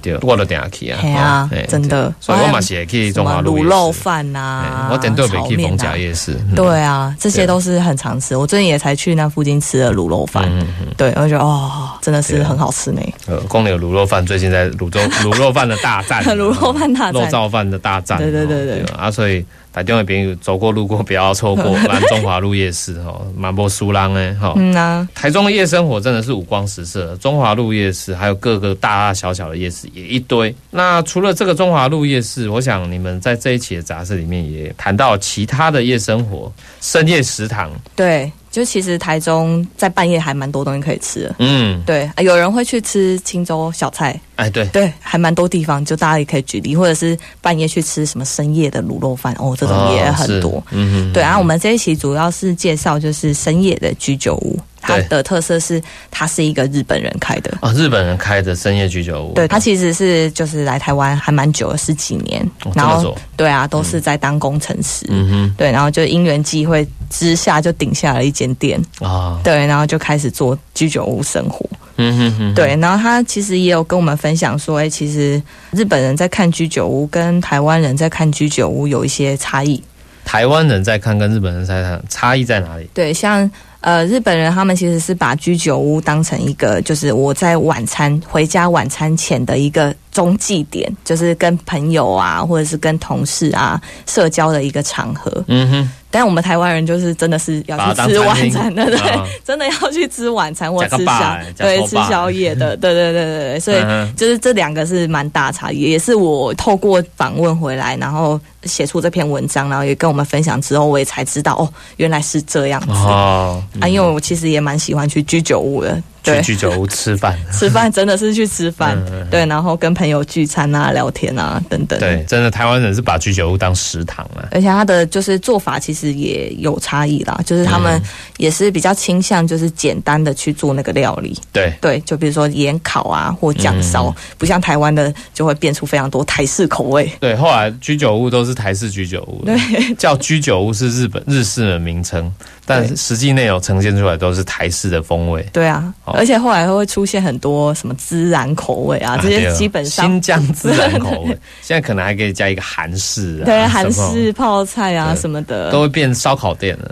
Speaker 2: 对，我都定下去啊，
Speaker 3: 嘿啊
Speaker 2: 哦嘿，
Speaker 3: 真的，哎
Speaker 2: 所以我嘛是会去
Speaker 3: 什
Speaker 2: 中华
Speaker 3: 么
Speaker 2: 路
Speaker 3: 卤
Speaker 2: 夜
Speaker 3: 肉
Speaker 2: 市。
Speaker 3: 饭
Speaker 2: 嘿
Speaker 3: 啊，
Speaker 2: 我顶多没
Speaker 3: 炒
Speaker 2: 去
Speaker 3: 面
Speaker 2: 逢
Speaker 3: 啊
Speaker 2: 甲夜市，嗯
Speaker 3: 对啊，这
Speaker 2: 对
Speaker 3: 些都是很常吃。我最近也才去那附近吃了卤肉饭，
Speaker 2: 嗯嗯
Speaker 3: 对，我就觉得哦，真的
Speaker 2: 对
Speaker 3: 是
Speaker 2: 啊
Speaker 3: 很好吃呢。
Speaker 2: 呃，公牛卤肉饭最近在泸州卤肉饭的大战，
Speaker 3: 卤肉饭大战
Speaker 2: 肉燥饭的大战，
Speaker 3: 对对对
Speaker 2: 哦
Speaker 3: 对
Speaker 2: 吧啊，所以台中的朋友走过路过不要错 过，咱中华路夜市哦，蛮波苏浪哎哈。
Speaker 3: 嗯啊，
Speaker 2: 台中的夜生活真的是五光十色，中华路夜市还有各个大大小小的夜市也一堆。那除了这个中华路夜市，我想你们在这一期的杂志里面也谈到其他的夜生活，深夜食堂，
Speaker 3: 对，就其实台中在半夜还蛮多东西可以吃的。
Speaker 2: 嗯，
Speaker 3: 对，啊有人会去吃青州小菜，
Speaker 2: 哎对，
Speaker 3: 对，还蛮多地方，就大家也可以举例，或者是半夜去吃什么深夜的卤肉饭，哦，这种也
Speaker 2: 哦
Speaker 3: 很
Speaker 2: 是
Speaker 3: 多。
Speaker 2: 嗯哼，
Speaker 3: 对，然啊后我们这一期主要是介绍就是深夜的居酒屋，它
Speaker 2: 对
Speaker 3: 的特色是它是一个日本人开的，
Speaker 2: 啊，日本人开的深夜居酒屋，
Speaker 3: 对他其实是就是来台湾还蛮久了，十几年
Speaker 2: 哦，
Speaker 3: 然
Speaker 2: 这么
Speaker 3: 后
Speaker 2: 久
Speaker 3: 对啊，都是在当工程师，
Speaker 2: 嗯
Speaker 3: 对，然后就因缘际会之下就顶下了一间店，
Speaker 2: 哼，啊，
Speaker 3: 对，然后就开始做居酒屋生活，
Speaker 2: 嗯哼哼，
Speaker 3: 对，然后他其实也有跟我们分享说，哎、其实日本人在看居酒屋跟台湾人在看居酒屋有一些差异，
Speaker 2: 台湾人在看跟日本人在看差异在哪里？
Speaker 3: 对，像呃日本人他们其实是把居酒屋当成一个，就是我在晚餐回家晚餐前的一个中继点，就是跟朋友啊，或者是跟同事啊社交的一个场合。
Speaker 2: 嗯哼，
Speaker 3: 但我们台湾人就是真的是要
Speaker 2: 把它当
Speaker 3: 去吃
Speaker 2: 餐
Speaker 3: 晚
Speaker 2: 厅
Speaker 3: 餐的，对，
Speaker 2: 啊
Speaker 3: 真的要去吃晚餐或
Speaker 2: 吃个
Speaker 3: 吃
Speaker 2: 饱
Speaker 3: 宵
Speaker 2: 的，吃
Speaker 3: 对，
Speaker 2: 粗
Speaker 3: 吃
Speaker 2: 饱的
Speaker 3: 宵夜 的，对对对对对，所以
Speaker 2: 嗯哼
Speaker 3: 就是这两个是蛮大差异，也是我透过访问回来，然后写出这篇文章，然后也跟我们分享之后，我也才知道哦，原来是这样子、
Speaker 2: 哦，
Speaker 3: 啊，因为我其实也蛮喜欢去居酒屋的，对
Speaker 2: 去。居酒屋吃 饭。
Speaker 3: 吃饭真的是去吃饭
Speaker 2: 嗯嗯，嗯
Speaker 3: 对，然后跟朋友聚餐啊、聊天啊等等。
Speaker 2: 对，真的台湾人是把居酒屋当食堂啊。
Speaker 3: 而且他的就是做法其实也有差异啦，就是他
Speaker 2: 嗯
Speaker 3: 们也是比较倾向就是简单的去做那个料理，
Speaker 2: 对，
Speaker 3: 对，就比如说盐烤啊或
Speaker 2: 嗯
Speaker 3: 酱烧，不像台湾的就会变出非常多台式口味。
Speaker 2: 对，后来居酒屋都是台式居酒屋， 叫居酒屋是日本日式的名称，但
Speaker 3: 对
Speaker 2: 实际内容呈现出来都是台式的风味。
Speaker 3: 对啊，
Speaker 2: 好
Speaker 3: 而且后来会出现很多什么孜然口味啊，这
Speaker 2: 对
Speaker 3: 些
Speaker 2: 了
Speaker 3: 基本上
Speaker 2: 新疆孜然口味，现在可能还可以加一个韩式啊，
Speaker 3: 对韩
Speaker 2: 什么
Speaker 3: 式泡菜啊
Speaker 2: 对
Speaker 3: 什么的，
Speaker 2: 都会变烧烤店了。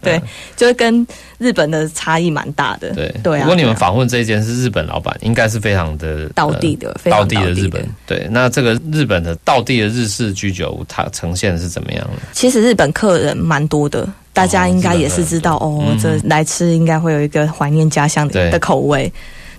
Speaker 3: 对，就是跟日本的差异蛮大的。
Speaker 2: 嗯对
Speaker 3: 对啊。
Speaker 2: 如果你们
Speaker 3: 对啊
Speaker 2: 访问这间是日本老板，应该是非常的
Speaker 3: 道地的非
Speaker 2: 道
Speaker 3: 常
Speaker 2: 地
Speaker 3: 道
Speaker 2: 的
Speaker 3: 地
Speaker 2: 日
Speaker 3: 的
Speaker 2: 本。对，那这个日本的道地的日式居酒屋，它呈现的是怎么样的？
Speaker 3: 其实日本客人蛮多的，大
Speaker 2: 哦
Speaker 3: 家应该也是知道哦
Speaker 2: 嗯
Speaker 3: 这来吃应该会有一个怀念家乡
Speaker 2: 对
Speaker 3: 的的口味。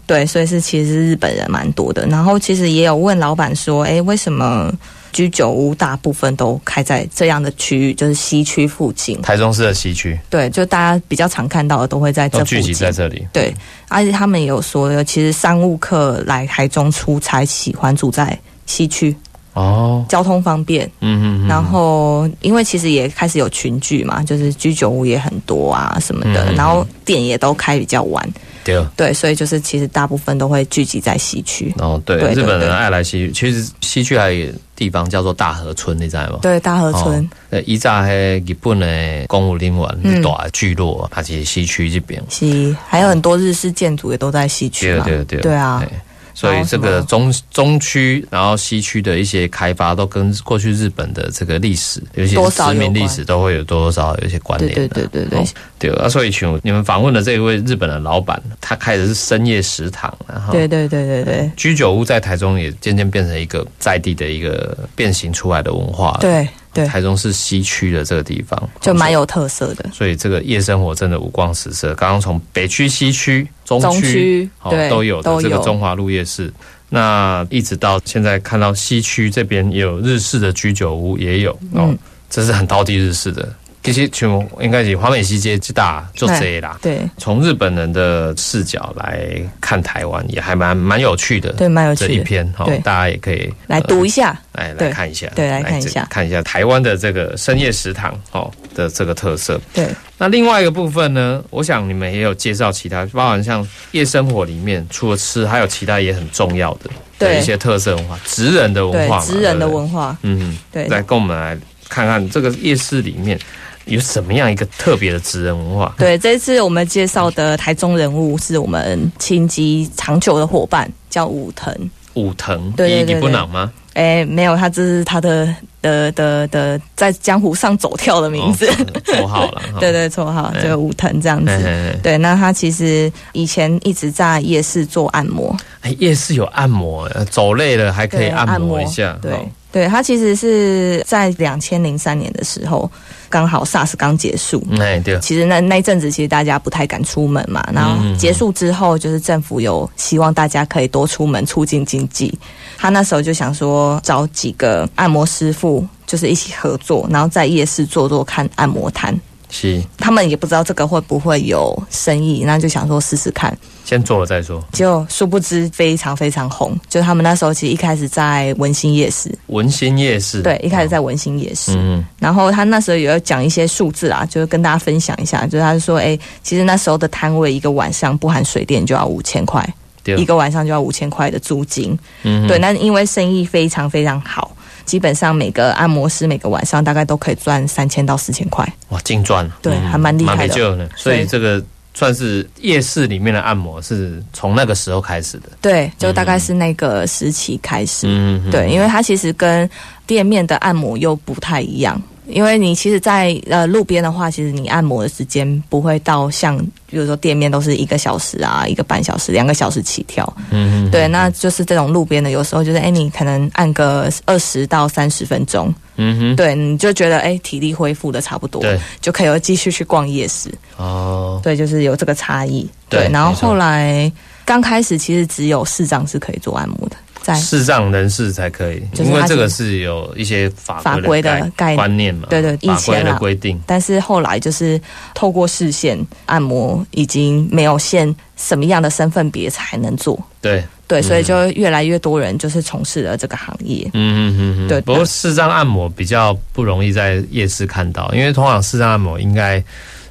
Speaker 3: 对，所以是其实日本人蛮多的。然后其实也有问老板说，哎，为什么居酒屋大部分都开在这样的区域，就是西区附近？
Speaker 2: 台中市的西区
Speaker 3: 对，就大家比较常看到的都会在
Speaker 2: 都
Speaker 3: 这附
Speaker 2: 聚集
Speaker 3: 近。
Speaker 2: 在这里。
Speaker 3: 对，而且他们也有说，其实商务客来台中出差喜欢住在西区，
Speaker 2: 哦，
Speaker 3: 交通方便，
Speaker 2: 嗯嗯嗯，
Speaker 3: 然后，因为其实也开始有群聚嘛，就是居酒屋也很多啊什么的，
Speaker 2: 嗯
Speaker 3: 然后店也都开比较晚，
Speaker 2: 对。
Speaker 3: 对，所以就是其实大部分都会聚集在西区。
Speaker 2: 哦，对，
Speaker 3: 对对
Speaker 2: 日本人
Speaker 3: 对
Speaker 2: 爱来西，其实西区还有一个地方叫做大河村，你知道吗？
Speaker 3: 对，大河村，
Speaker 2: 哦，呃，以前迄日本的公务人员
Speaker 3: 嗯
Speaker 2: 大的聚落，它是西区这边。
Speaker 3: 西还有很多日式建筑也都在西区
Speaker 2: 对
Speaker 3: 嘛，
Speaker 2: 对对，
Speaker 3: 啊
Speaker 2: 嘿，所以这个
Speaker 3: 然后什么
Speaker 2: 中中区，然后西区的一些开发，都跟过去日本的这个历史，尤其是
Speaker 3: 多少
Speaker 2: 殖
Speaker 3: 有
Speaker 2: 民历
Speaker 3: 关
Speaker 2: 史，都会有多多少少有一些关
Speaker 3: 对
Speaker 2: 联、啊。
Speaker 3: 对对对对
Speaker 2: 哦，对啊，所以请你们访问的这一位日本的老板，他开的是深夜食堂，然后
Speaker 3: 对对对对对
Speaker 2: 居酒屋在台中也渐渐变成一个在地的一个变形出来的文化。
Speaker 3: 对对，
Speaker 2: 台中市西区的这个地方
Speaker 3: 就蛮
Speaker 2: 有。
Speaker 3: 有特色的。
Speaker 2: 所以这个夜生活真的五光十色。刚刚从北区、西区、中
Speaker 3: 中
Speaker 2: 区
Speaker 3: 区
Speaker 2: 哦
Speaker 3: 对
Speaker 2: 都有的
Speaker 3: 都
Speaker 2: 这个
Speaker 3: 有
Speaker 2: 中华路夜市，那一直到现在看到西区这边也有日式的居酒屋，也有哦，
Speaker 3: 嗯
Speaker 2: 这是很道地日式的。其实像应该是华美西街最大就这啦。
Speaker 3: 对
Speaker 2: 从日本人的视角来看台湾，也还蛮蛮有趣的。
Speaker 3: 对，蛮有
Speaker 2: 这一
Speaker 3: 趣的，
Speaker 2: 篇哈，
Speaker 3: 对
Speaker 2: 哦大家也可以
Speaker 3: 来读一下。
Speaker 2: 哎，来
Speaker 3: 对
Speaker 2: 看一下，
Speaker 3: 对来看一
Speaker 2: 这
Speaker 3: 下
Speaker 2: 看一下台湾的这个深夜食堂哦的这个特色。
Speaker 3: 对
Speaker 2: 那另外一个部分呢，我想你们也有介绍其他，包含像夜生活里面，除了吃，还有其他也很重要的
Speaker 3: 对
Speaker 2: 的一些特色文化，职人的文
Speaker 3: 对
Speaker 2: 化，嘛，
Speaker 3: 职人的
Speaker 2: 化，
Speaker 3: 文化，
Speaker 2: 嗯，
Speaker 3: 对
Speaker 2: 来跟我们来看看这个夜市里面有什么样一个特别的职人文化。
Speaker 3: 对，这次我们介绍的台中人物是我们亲戚长久的伙伴，叫武藤。
Speaker 2: 武藤，
Speaker 3: 对对
Speaker 2: 你
Speaker 3: 对
Speaker 2: 你不朗吗？
Speaker 3: 哎，没有，他这是他的的的的在江湖上走跳的名字，
Speaker 2: 哦绰号 了，哈
Speaker 3: 对，对，绰号
Speaker 2: 哎
Speaker 3: 这个武藤这样
Speaker 2: 哎
Speaker 3: 子。
Speaker 2: 哎
Speaker 3: 对，那他其实以前一直在夜市做按摩，
Speaker 2: 哎，夜市有按摩，呃走累了还可以
Speaker 3: 对
Speaker 2: 按摩一下，
Speaker 3: 对
Speaker 2: 哦，
Speaker 3: 对他其实是在两千零三年的时候，刚好 SARS 刚结束，
Speaker 2: 嗯哎对，
Speaker 3: 其实那那一阵子，其实大家不太敢出门嘛。然后结束之后，就是政府有希望大家可以多出门，促进经济。他那时候就想说，找几个按摩师傅，就是一起合作，然后在夜市做做看按摩摊。
Speaker 2: 是
Speaker 3: 他们也不知道这个会不会有生意，那就想说试试看。
Speaker 2: 先做了再说。
Speaker 3: 结果殊不知非常非常红，就他们那时候其实一开始在文心夜市，
Speaker 2: 文心夜市，
Speaker 3: 对，一开始在文心夜市。
Speaker 2: 嗯，嗯，
Speaker 3: 然后他那时候也有讲一些数字啊，就是跟大家分享一下，就是他就说，哎、其实那时候的摊位一个晚上不含水电就要五千块，
Speaker 2: 对，
Speaker 3: 一个晚上就要五千块的租金。
Speaker 2: 嗯哼
Speaker 3: 对，那因为生意非常非常好，基本上每个按摩师每个晚上大概都可以赚三千到四千块。
Speaker 2: 哇，净赚，嗯
Speaker 3: 对还蛮厉害的
Speaker 2: 蛮没救呢。所
Speaker 3: 所以
Speaker 2: 以这个算是夜市里面的按摩，是从那个时候开始的。
Speaker 3: 对，就大概是那个时期开始。
Speaker 2: 嗯，
Speaker 3: 对，因为它其实跟店面的按摩又不太一样。因为你其实在，呃路边的话，其实你按摩的时间不会到像，比如说店面都是一个小时啊、一个半小时、两个小时起跳。
Speaker 2: 嗯，
Speaker 3: 对，那就是这种路边的，有时候就是，哎，你可能按个二十到三十分钟，
Speaker 2: 嗯哼，
Speaker 3: 对，你就觉得，哎，体力恢复的差不多
Speaker 2: 对，
Speaker 3: 就可以继续去逛夜市。
Speaker 2: 哦，
Speaker 3: 对，就是有这个差异。
Speaker 2: 对
Speaker 3: 然后
Speaker 2: 没错
Speaker 3: 后来刚开始其实只有市长是可以做按摩的，在
Speaker 2: 视障人士才可以，
Speaker 3: 哎就是
Speaker 2: 因为
Speaker 3: 他
Speaker 2: 这
Speaker 3: 是
Speaker 2: 个是有一些法
Speaker 3: 法
Speaker 2: 规
Speaker 3: 规
Speaker 2: 的
Speaker 3: 的概
Speaker 2: 观念嘛，
Speaker 3: 对对以
Speaker 2: 法规
Speaker 3: 前啊
Speaker 2: 的
Speaker 3: 啦
Speaker 2: 规定，
Speaker 3: 但是后来就是透过视线按摩，已经没有限什么样的身份别才能做。
Speaker 2: 对，
Speaker 3: 对，
Speaker 2: 嗯
Speaker 3: 所以就越来越多人就是从事了这个行业。
Speaker 2: 嗯嗯嗯嗯，
Speaker 3: 对
Speaker 2: 不过视障按摩比较不容易在夜市看到，因为通常视障按摩应该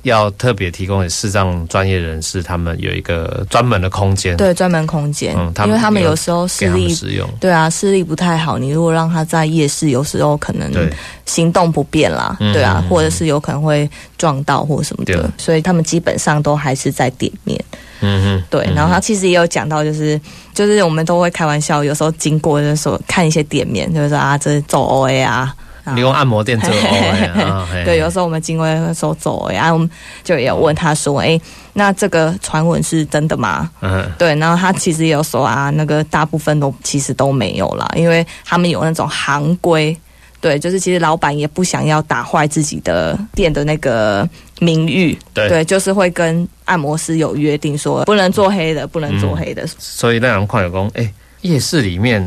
Speaker 2: 要特别提供给视障专业人士，他们有一个专门的空间，，
Speaker 3: 对，专门空间，
Speaker 2: 嗯他们
Speaker 3: 因为他们
Speaker 2: 有
Speaker 3: 有时候
Speaker 2: 给
Speaker 3: 视
Speaker 2: 他们
Speaker 3: 力，
Speaker 2: 使用。
Speaker 3: 对啊，视力不太好，你如果让他在夜市，有时候可能
Speaker 2: 对，
Speaker 3: 行动不便啦，
Speaker 2: 嗯
Speaker 3: 对啊
Speaker 2: 嗯，
Speaker 3: 或者是有可能会撞到或什么
Speaker 2: 对
Speaker 3: 的，所以他们基本上都还是在店面。
Speaker 2: 嗯哼，
Speaker 3: 对，然后他其实也有讲到，就是就是我们都会开玩笑，有时候经过就是说看一些店面，就是说啊，这是走 O A 啊，啊
Speaker 2: 你用按摩店做 OA 啊，嘿
Speaker 3: 对，有时候我们经过的时候走 O A 啊，我们就也有问他说，哎、那这个传闻是真的吗？
Speaker 2: 嗯
Speaker 3: 对，然后他其实也有说啊，那个大部分都其实都没有啦，因为他们有那种行规，对，就是其实老板也不想要打坏自己的店的那个名誉，
Speaker 2: 对
Speaker 3: 就是会跟按摩师有约定说不能做黑的，不能
Speaker 2: 嗯
Speaker 3: 做黑的，
Speaker 2: 所以那人看有讲，哎、夜市里面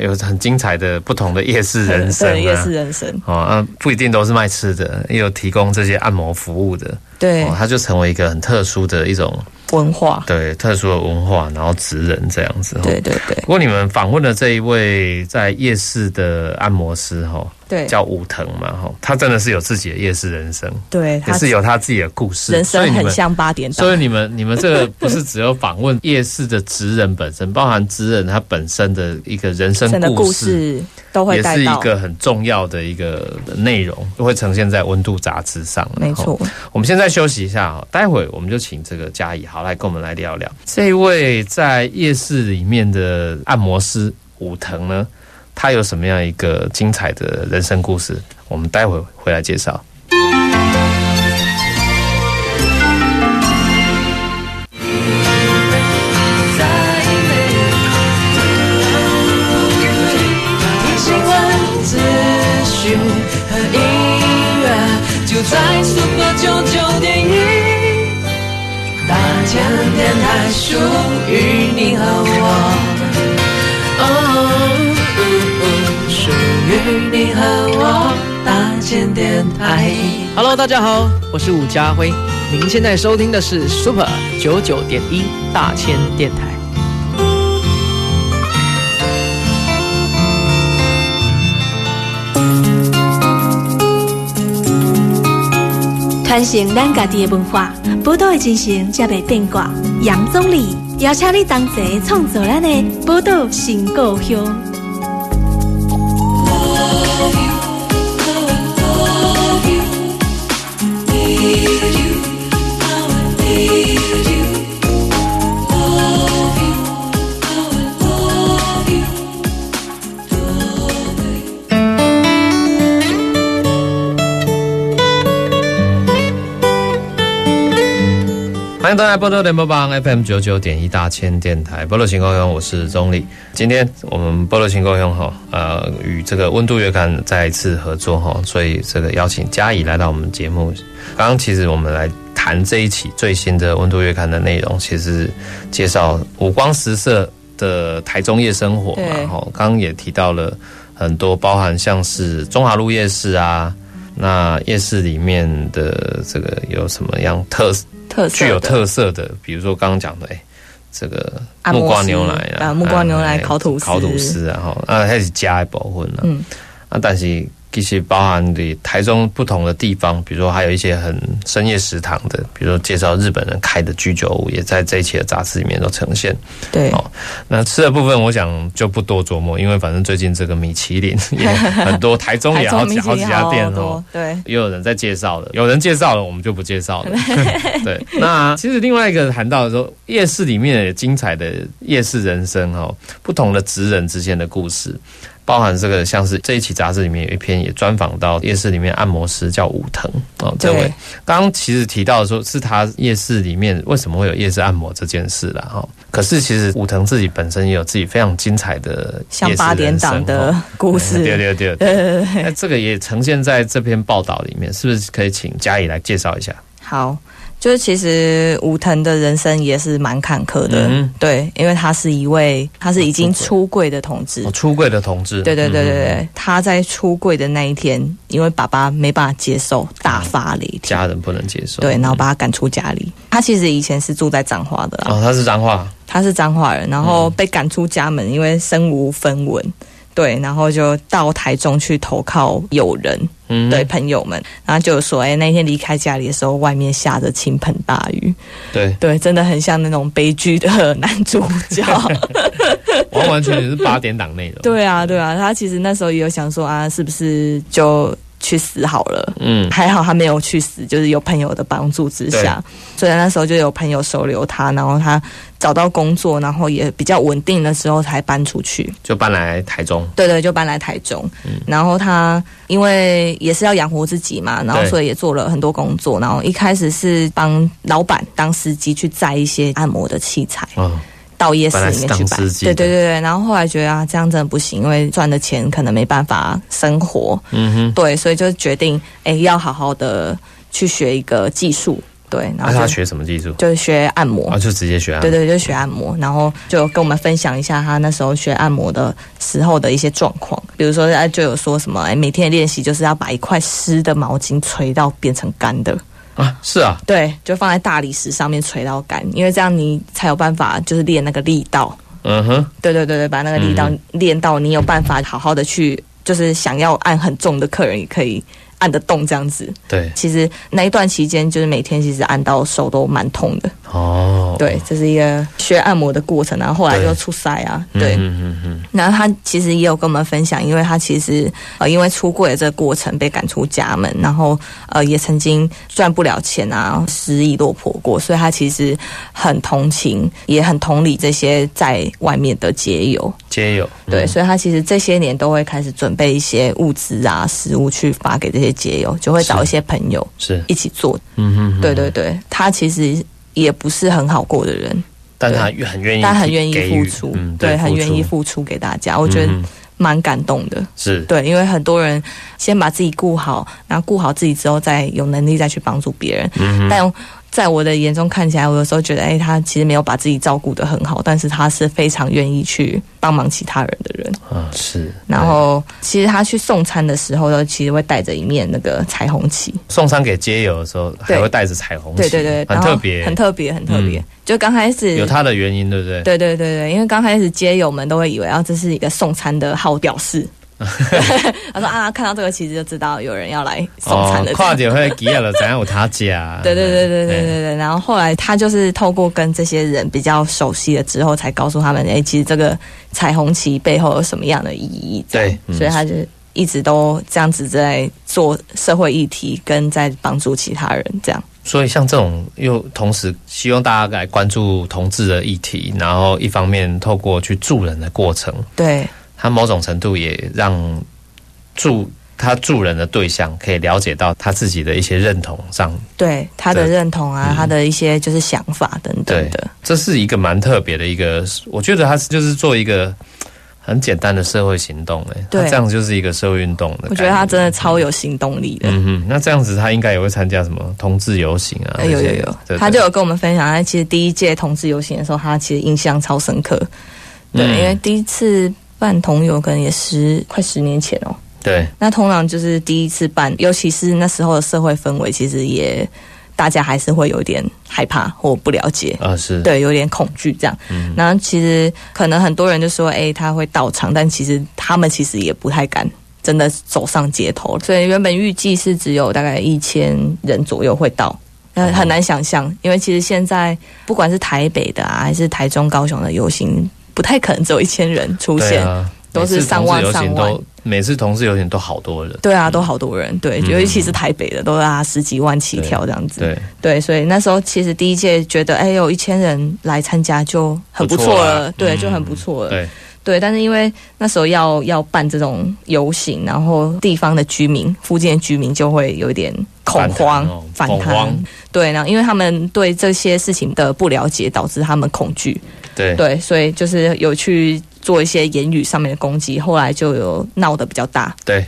Speaker 2: 有很精彩的不同的夜市人生
Speaker 3: 对，夜
Speaker 2: 啊
Speaker 3: 市。人生，
Speaker 2: 哦，啊，不一定都是卖吃的，也有提供这些按摩服务的，
Speaker 3: 对、
Speaker 2: 哦，它就成为一个很特殊的一种
Speaker 3: 文化，
Speaker 2: 对特殊的文化，然后职人这样子。哦
Speaker 3: 对。对对
Speaker 2: 不过你们访问的这一位在夜市的按摩师哈、哦，
Speaker 3: 对，
Speaker 2: 叫武藤嘛哈、哦，他真的是有自己的夜市人生，
Speaker 3: 对
Speaker 2: 也
Speaker 3: 他
Speaker 2: 是有他自己的故事，
Speaker 3: 人
Speaker 2: 所
Speaker 3: 生
Speaker 2: 以你
Speaker 3: 很
Speaker 2: 们
Speaker 3: 像八点档
Speaker 2: 所，以你们你们这个不是只有访问夜市的职人本身，包含职人他本身的一个人生
Speaker 3: 真的
Speaker 2: 故
Speaker 3: 故
Speaker 2: 事，
Speaker 3: 事都会
Speaker 2: 也
Speaker 3: 带
Speaker 2: 是一
Speaker 3: 到，
Speaker 2: 个很重要的一个内容，会呈现在《温度》杂志上。
Speaker 3: 没错
Speaker 2: 哦。，我们现在休息一下哦，待会我们就请这个嘉怡好来跟我们来聊聊这一位在夜市里面的按摩师武藤呢，他有什么样一个精彩的人生故事？我们待会回来介绍。
Speaker 5: 新闻资讯和音乐，就在 Super 九九点一，大千电台属于你和我，哦，属于你和我，大千电台。Hello，大家好，我是伍家辉，您现在收听的是 Super 九九点一大千电台。
Speaker 1: 传承咱家己的文化，宝岛的精神才袂变卦。杨总理邀请你同齐创造咱的宝岛新故乡。
Speaker 2: 欢迎大家波多联播帮 FM 九九点一大千电台波罗行公用，我是钟丽。今天我们波罗行公用哈，呃，与这个温度月刊再一次合作哈，所以这个邀请嘉怡来到我们节目。刚刚其实我们来谈这一期最新的温度月刊的内容，其实介绍五光十色的台中夜生活嘛，
Speaker 3: 对
Speaker 2: 哈，刚刚也提到了很多，包含像是中华路夜市啊。那夜市里面的这个有什么样特
Speaker 3: 特色
Speaker 2: 具有
Speaker 3: 的
Speaker 2: 特色的，比如说刚刚讲的，哎、这个
Speaker 3: 按摩
Speaker 2: 木瓜
Speaker 3: 师
Speaker 2: 牛奶啊，
Speaker 3: 啊木瓜牛奶
Speaker 2: 哎
Speaker 3: 烤吐司
Speaker 2: 烤吐司啊，吼，啊，开始加一部分啊，
Speaker 3: 嗯
Speaker 2: 啊，但是其实包含的台中不同的地方，比如说还有一些很深夜食堂的，比如说介绍日本人开的居酒屋，也在这一期的杂志里面都呈现。
Speaker 3: 对
Speaker 2: 好那吃的部分，我想就不多琢磨，因为反正最近这个米其林也很多，台中 也好几好几家店哦
Speaker 3: 多。，对
Speaker 2: 也有人在介绍了，有人介绍了，我们就不介绍 了。对，那其实另外一个谈到说，夜市里面也精彩的夜市人生哦，不同的职人之间的故事。包含这个像是这一期杂志里面有一篇也专访到夜市里面按摩师叫武藤哦，这位
Speaker 3: 对
Speaker 2: 刚刚其实提到说是他夜市里面为什么会有夜市按摩这件事啦哈、哦，可是其实武藤自己本身也有自己非常精彩的
Speaker 3: 像
Speaker 2: 夜市
Speaker 3: 八点
Speaker 2: 人生
Speaker 3: 档的
Speaker 2: 哦
Speaker 3: 故
Speaker 2: 对
Speaker 3: 事。
Speaker 2: 对 对对，那这个也呈现在这篇报道里面，是不是可以请嘉怡来介绍一 下？
Speaker 3: 好，就是其实武藤的人生也是蛮坎坷的，
Speaker 2: 嗯
Speaker 3: 对，因为他是一位他是已经出柜的同志
Speaker 2: 哦，。出柜的同志，
Speaker 3: 对对对对
Speaker 2: 嗯，
Speaker 3: 对，他在出柜的那一天，因为爸爸没办法接受，大发雷霆，
Speaker 2: 家人不能接受，
Speaker 3: 对，然后把他赶出家里。他其实以前是住在彰化的啦，
Speaker 2: 哦，他是脏话，
Speaker 3: 他是彰化人，然后被赶出家门，因为身无分文。对，然后就到台中去投靠友人，
Speaker 2: 嗯，
Speaker 3: 对朋友们，然后就有说，哎、那天离开家里的时候，外面下着倾盆大雨，
Speaker 2: 对，
Speaker 3: 对，真的很像那种悲剧的男主 角。
Speaker 2: 完完全全是八点档内容，，
Speaker 3: 对啊，对啊，他其实那时候也有想说啊，是不是就去死好了？
Speaker 2: 嗯，
Speaker 3: 还好他没有去死，就是有朋友的帮助之下，所以那时候就有朋友收留他，然后他找到工作，然后也比较稳定了之后才搬出去。
Speaker 2: 就搬来台中，
Speaker 3: 对对，就搬来台中。
Speaker 2: 嗯
Speaker 3: 然后他因为也是要养活自己嘛，然后
Speaker 2: 对
Speaker 3: 所以也做了很多工作。然后一开始是帮老板当司机去载一些按摩的器材
Speaker 2: 哦，
Speaker 3: 到夜市里面去
Speaker 2: 本来是当
Speaker 3: 摆。
Speaker 2: 司机的
Speaker 3: 对对对对。然后后来觉得啊，这样真的不行，因为赚的钱可能没办法生活。
Speaker 2: 嗯哼，
Speaker 3: 对，所以就决定哎，要好好的去学一个技术。对，然
Speaker 2: 那
Speaker 3: 后
Speaker 2: 啊他
Speaker 3: 就、
Speaker 2: 学什么技术？
Speaker 3: 就是学按摩。
Speaker 2: 啊，就直接学啊，
Speaker 3: 对对，就学按摩，然后就跟我们分享一下他那时候学按摩的时候的一些状况，比如说他就有说什么，哎，每天的练习就是要把一块湿的毛巾吹到变成干的，
Speaker 2: 啊，是啊，
Speaker 3: 对，就放在大理石上面吹到干，因为这样你才有办法就是练那个力道，
Speaker 2: 嗯哼，
Speaker 3: 对对对对，把那个力道练到你有办法好好的去，就是想要按很重的客人也可以按得动这样子。
Speaker 2: 对，
Speaker 3: 其实那一段期间，就是每天其实按到手都蛮痛的。
Speaker 2: 哦，
Speaker 3: 对，这是一个学按摩的过程，然后后来
Speaker 2: 对
Speaker 3: 就出塞啊，
Speaker 2: 嗯，
Speaker 3: 对。
Speaker 2: 嗯嗯嗯，
Speaker 3: 然后他其实也有跟我们分享，因为他其实呃，因为出柜的这个过程被赶出家门，然后呃也曾经赚不了钱啊，失意落魄过，所以他其实很同情，也很同理这些在外面的街友。
Speaker 2: 皆有，
Speaker 3: 对，
Speaker 2: 嗯
Speaker 3: 所以他其实这些年都会开始准备一些物资啊、食物去发给这些街友，就会找一些朋友
Speaker 2: 是，
Speaker 3: 一起做。
Speaker 2: 嗯哼，
Speaker 3: 对对对，他其实也不是很好过的人。
Speaker 2: 但他很愿意，
Speaker 3: 但很愿意
Speaker 2: 给
Speaker 3: 付
Speaker 2: 予
Speaker 3: 出，
Speaker 2: 嗯，
Speaker 3: 对，很愿意
Speaker 2: 出，
Speaker 3: 付出给大家，我觉得
Speaker 2: 嗯哼
Speaker 3: 蛮感动的。
Speaker 2: 是，嗯
Speaker 3: 对，因为很多人先把自己顾好，然后顾好自己之后，再有能力再去帮助别人。
Speaker 2: 嗯
Speaker 3: 但在我的眼中看起来，我有时候觉得，哎，他其实没有把自己照顾得很好，但是他是非常愿意去帮忙其他人的人。
Speaker 2: 啊，是，
Speaker 3: 然后，其实他去送餐的时候，呢，其实会带着一面那个彩虹旗。
Speaker 2: 送餐给街友的时候，还
Speaker 3: 对
Speaker 2: 会带着彩虹旗，
Speaker 3: 对对对，
Speaker 2: 很
Speaker 3: 然后
Speaker 2: 特别，
Speaker 3: 很特别，很特别。
Speaker 2: 嗯
Speaker 3: 就刚开始
Speaker 2: 有它的原因，对不对？
Speaker 3: 对对对对，因为刚开始街友们都会以为啊，这是一个送餐的号表示。他说啊，看到这个旗帜就知道有人要来送餐了。
Speaker 2: 哦，跨界会记了，怎样有他家？
Speaker 3: 对对对对对对
Speaker 2: 哎，
Speaker 3: 对对。然后后来他就是透过跟这些人比较熟悉了之后，才告诉他们，哎、其实这个彩虹旗背后有什么样的意义。这样
Speaker 2: 对嗯
Speaker 3: 所以他就一直都这样子在做社会议题，跟在帮助其他人这样。
Speaker 2: 所以像这种又同时希望大家来关注同志的议题，然后一方面透过去助人的过程，
Speaker 3: 对
Speaker 2: 他某种程度也让助他助人的对象可以了解到他自己的一些认同上，
Speaker 3: 对，他的
Speaker 2: 对
Speaker 3: 认同啊，他的一些就是想法等等
Speaker 2: 对
Speaker 3: 的。
Speaker 2: 这是一个蛮特别的一个，我觉得他就是做一个。很简单的社会行动、哎，
Speaker 3: 对
Speaker 2: 他这样就是一个社会运动的。
Speaker 3: 我觉得他真的超有行动力的。
Speaker 2: 嗯哼，那这样子他应该也会参加什么同志游行啊？
Speaker 3: 哎有
Speaker 2: 这
Speaker 3: 有
Speaker 2: 些
Speaker 3: 有，
Speaker 2: 对
Speaker 3: 他
Speaker 2: 对
Speaker 3: 就有跟我们分享，他其实第一届同志游行的时候，他其实印象超深刻。对，
Speaker 2: 嗯
Speaker 3: 因为第一次办同游可能也十快十年前哦。
Speaker 2: 对
Speaker 3: 那通常就是第一次办，尤其是那时候的社会氛围，其实也大家还是会有点害怕或不了解。
Speaker 2: 啊是，
Speaker 3: 对，有点恐惧这样。
Speaker 2: 嗯
Speaker 3: 然后其实可能很多人就说，哎、他会到场，但其实他们其实也不太敢真的走上街头，所以原本预计是只有大概一千人左右会到。那很难想
Speaker 2: 哦
Speaker 3: 象，因为其实现在不管是台北的啊，还是台中、高雄的游行，不太可能只有一千人出
Speaker 2: 对
Speaker 3: 现。
Speaker 2: 啊，
Speaker 3: 都是
Speaker 2: 每次
Speaker 3: 上万
Speaker 2: 同志游行
Speaker 3: 上万
Speaker 2: 都每次同事游行都好多人，
Speaker 3: 对啊，都好多人，对，尤其是台北的，都啊十几万起跳这样子。
Speaker 2: 嗯对，
Speaker 3: 对，所以那时候其实第一届觉得，哎、有一千人来参加就很不错
Speaker 2: 不错
Speaker 3: 了，
Speaker 2: 啦
Speaker 3: 对，
Speaker 2: 嗯
Speaker 3: 就很不错了。
Speaker 2: 对，
Speaker 3: 对，但是因为那时候要要办这种游行，然后地方的居民、附近的居民就会有一点恐慌、
Speaker 2: 反弹哦恐慌
Speaker 3: 对，然后因为他们对这些事情的不了解，导致他们恐惧。
Speaker 2: 对，
Speaker 3: 对，所以就是有去做一些言语上面的攻击，后来就有闹得比较大。
Speaker 2: 对，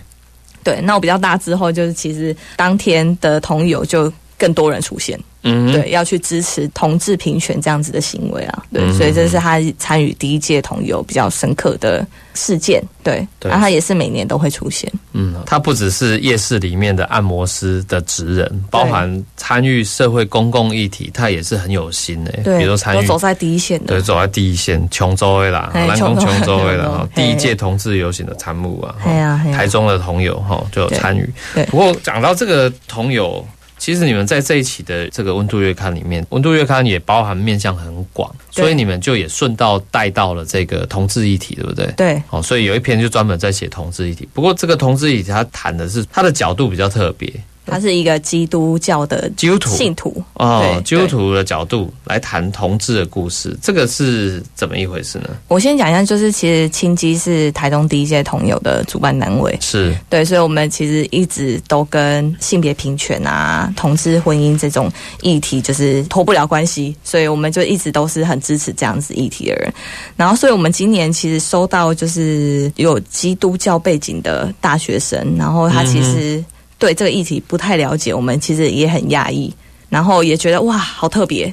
Speaker 3: 对，闹比较大之后，就是其实当天的同友就更多人出现，
Speaker 2: 嗯，
Speaker 3: 对，要去支持同志平权这样子的行为啊，对，
Speaker 2: 嗯
Speaker 3: 所以这是他参与第一届同友比较深刻的事件，对，啊
Speaker 2: 对
Speaker 3: 然后他也是每年都会出现，
Speaker 2: 嗯，他不只是夜市里面的按摩师的职人，包含参与社会公共议题，他也是很有心的、
Speaker 3: 对，
Speaker 2: 比如说参
Speaker 3: 都
Speaker 2: 与
Speaker 3: 走在第一线
Speaker 2: 对
Speaker 3: 的，
Speaker 2: 走在第一线，琼州的啦，
Speaker 3: 嘿
Speaker 2: 南宫琼州的
Speaker 3: 琼
Speaker 2: 啦
Speaker 3: 州，
Speaker 2: 第一届同志游行的参谋啊，
Speaker 3: 嘿啊嘿啊
Speaker 2: 台中的同友哈就有
Speaker 3: 对
Speaker 2: 参与
Speaker 3: 对。
Speaker 2: 不过讲到这个同友。其实你们在这一期的这个温度月刊里面，温度月刊也包含面向很广，
Speaker 3: 对
Speaker 2: 所以你们就也顺道带到了这个同志议题，对不对？
Speaker 3: 对，
Speaker 2: 哦，所以有一篇就专门在写同志议题。不过这个同志议题，他谈的是他的角度比较特别，
Speaker 3: 他是一个基督教的
Speaker 2: 基督徒
Speaker 3: 信徒，
Speaker 2: 哦
Speaker 3: 对，
Speaker 2: 基督徒的角度来谈同志的故事，这个是怎么一回事呢？
Speaker 3: 我先讲一下，就是其实青基是台东第一届同友的主办单位，
Speaker 2: 是
Speaker 3: 对，所以我们其实一直都跟性别平权啊、同志婚姻这种议题就是脱不了关系，所以我们就一直都是很支持这样子议题的人。然后，所以我们今年其实收到就是有基督教背景的大学生，然后他其实对这个议题不太了解，我们其实也很讶异，然后也觉得哇，好特别。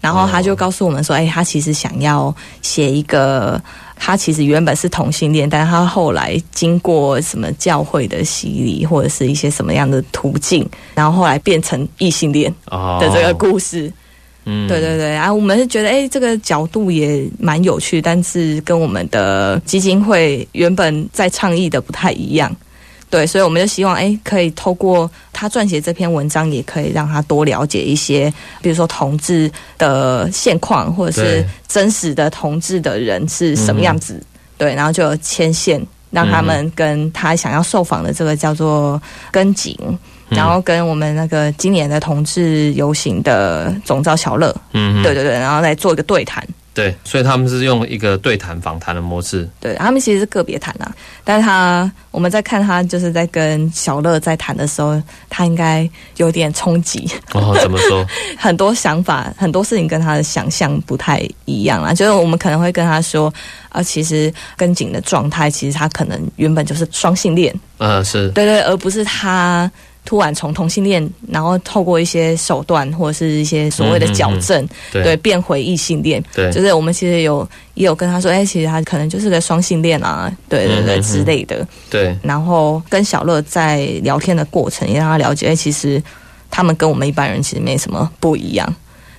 Speaker 3: 然后他就告诉我们说，哎、他其实想要写一个他其实原本是同性恋，但是他后来经过什么教会的洗礼，或者是一些什么样的途径，然后后来变成异性恋
Speaker 2: 哦
Speaker 3: 的这个故事。
Speaker 2: 嗯
Speaker 3: 对对对，啊，我们是觉得，哎、这个角度也蛮有趣，但是跟我们的基金会原本在倡议的不太一样。对，所以我们就希望，哎、可以透过他撰写这篇文章，也可以让他多了解一些，比如说同志的现况，或者是
Speaker 2: 对
Speaker 3: 真实的同志的人是什么样子。
Speaker 2: 嗯
Speaker 3: 对，然后就有牵线，让他们跟他想要受访的这个叫做跟景，
Speaker 2: 嗯
Speaker 3: 然后跟我们那个今年的同志游行的总召小乐，
Speaker 2: 嗯
Speaker 3: 对对对，然后来做一个对谈。
Speaker 2: 对，所以他们是用一个对谈访谈的模式，
Speaker 3: 对他们其实是个别谈啊，但是他我们在看他就是在跟小乐在谈的时候，他应该有点冲击，
Speaker 2: 哦，怎么说？
Speaker 3: 很多想法，很多事情跟他的想象不太一样啊。就是我们可能会跟他说，啊，其实跟景的状态，其实他可能原本就是双性恋，
Speaker 2: 呃，是
Speaker 3: 对对，而不是他突然从同性恋，然后透过一些手段或者是一些所谓的矫正，
Speaker 2: 嗯对
Speaker 3: 对变回异性恋。
Speaker 2: 对
Speaker 3: 就是我们其实有也有跟他说，哎、其实他可能就是个双性恋啊，对对对、
Speaker 2: 嗯嗯嗯
Speaker 3: 之类的。
Speaker 2: 对
Speaker 3: 然后跟小乐在聊天的过程，也让他了解，哎、其实他们跟我们一般人其实没什么不一样。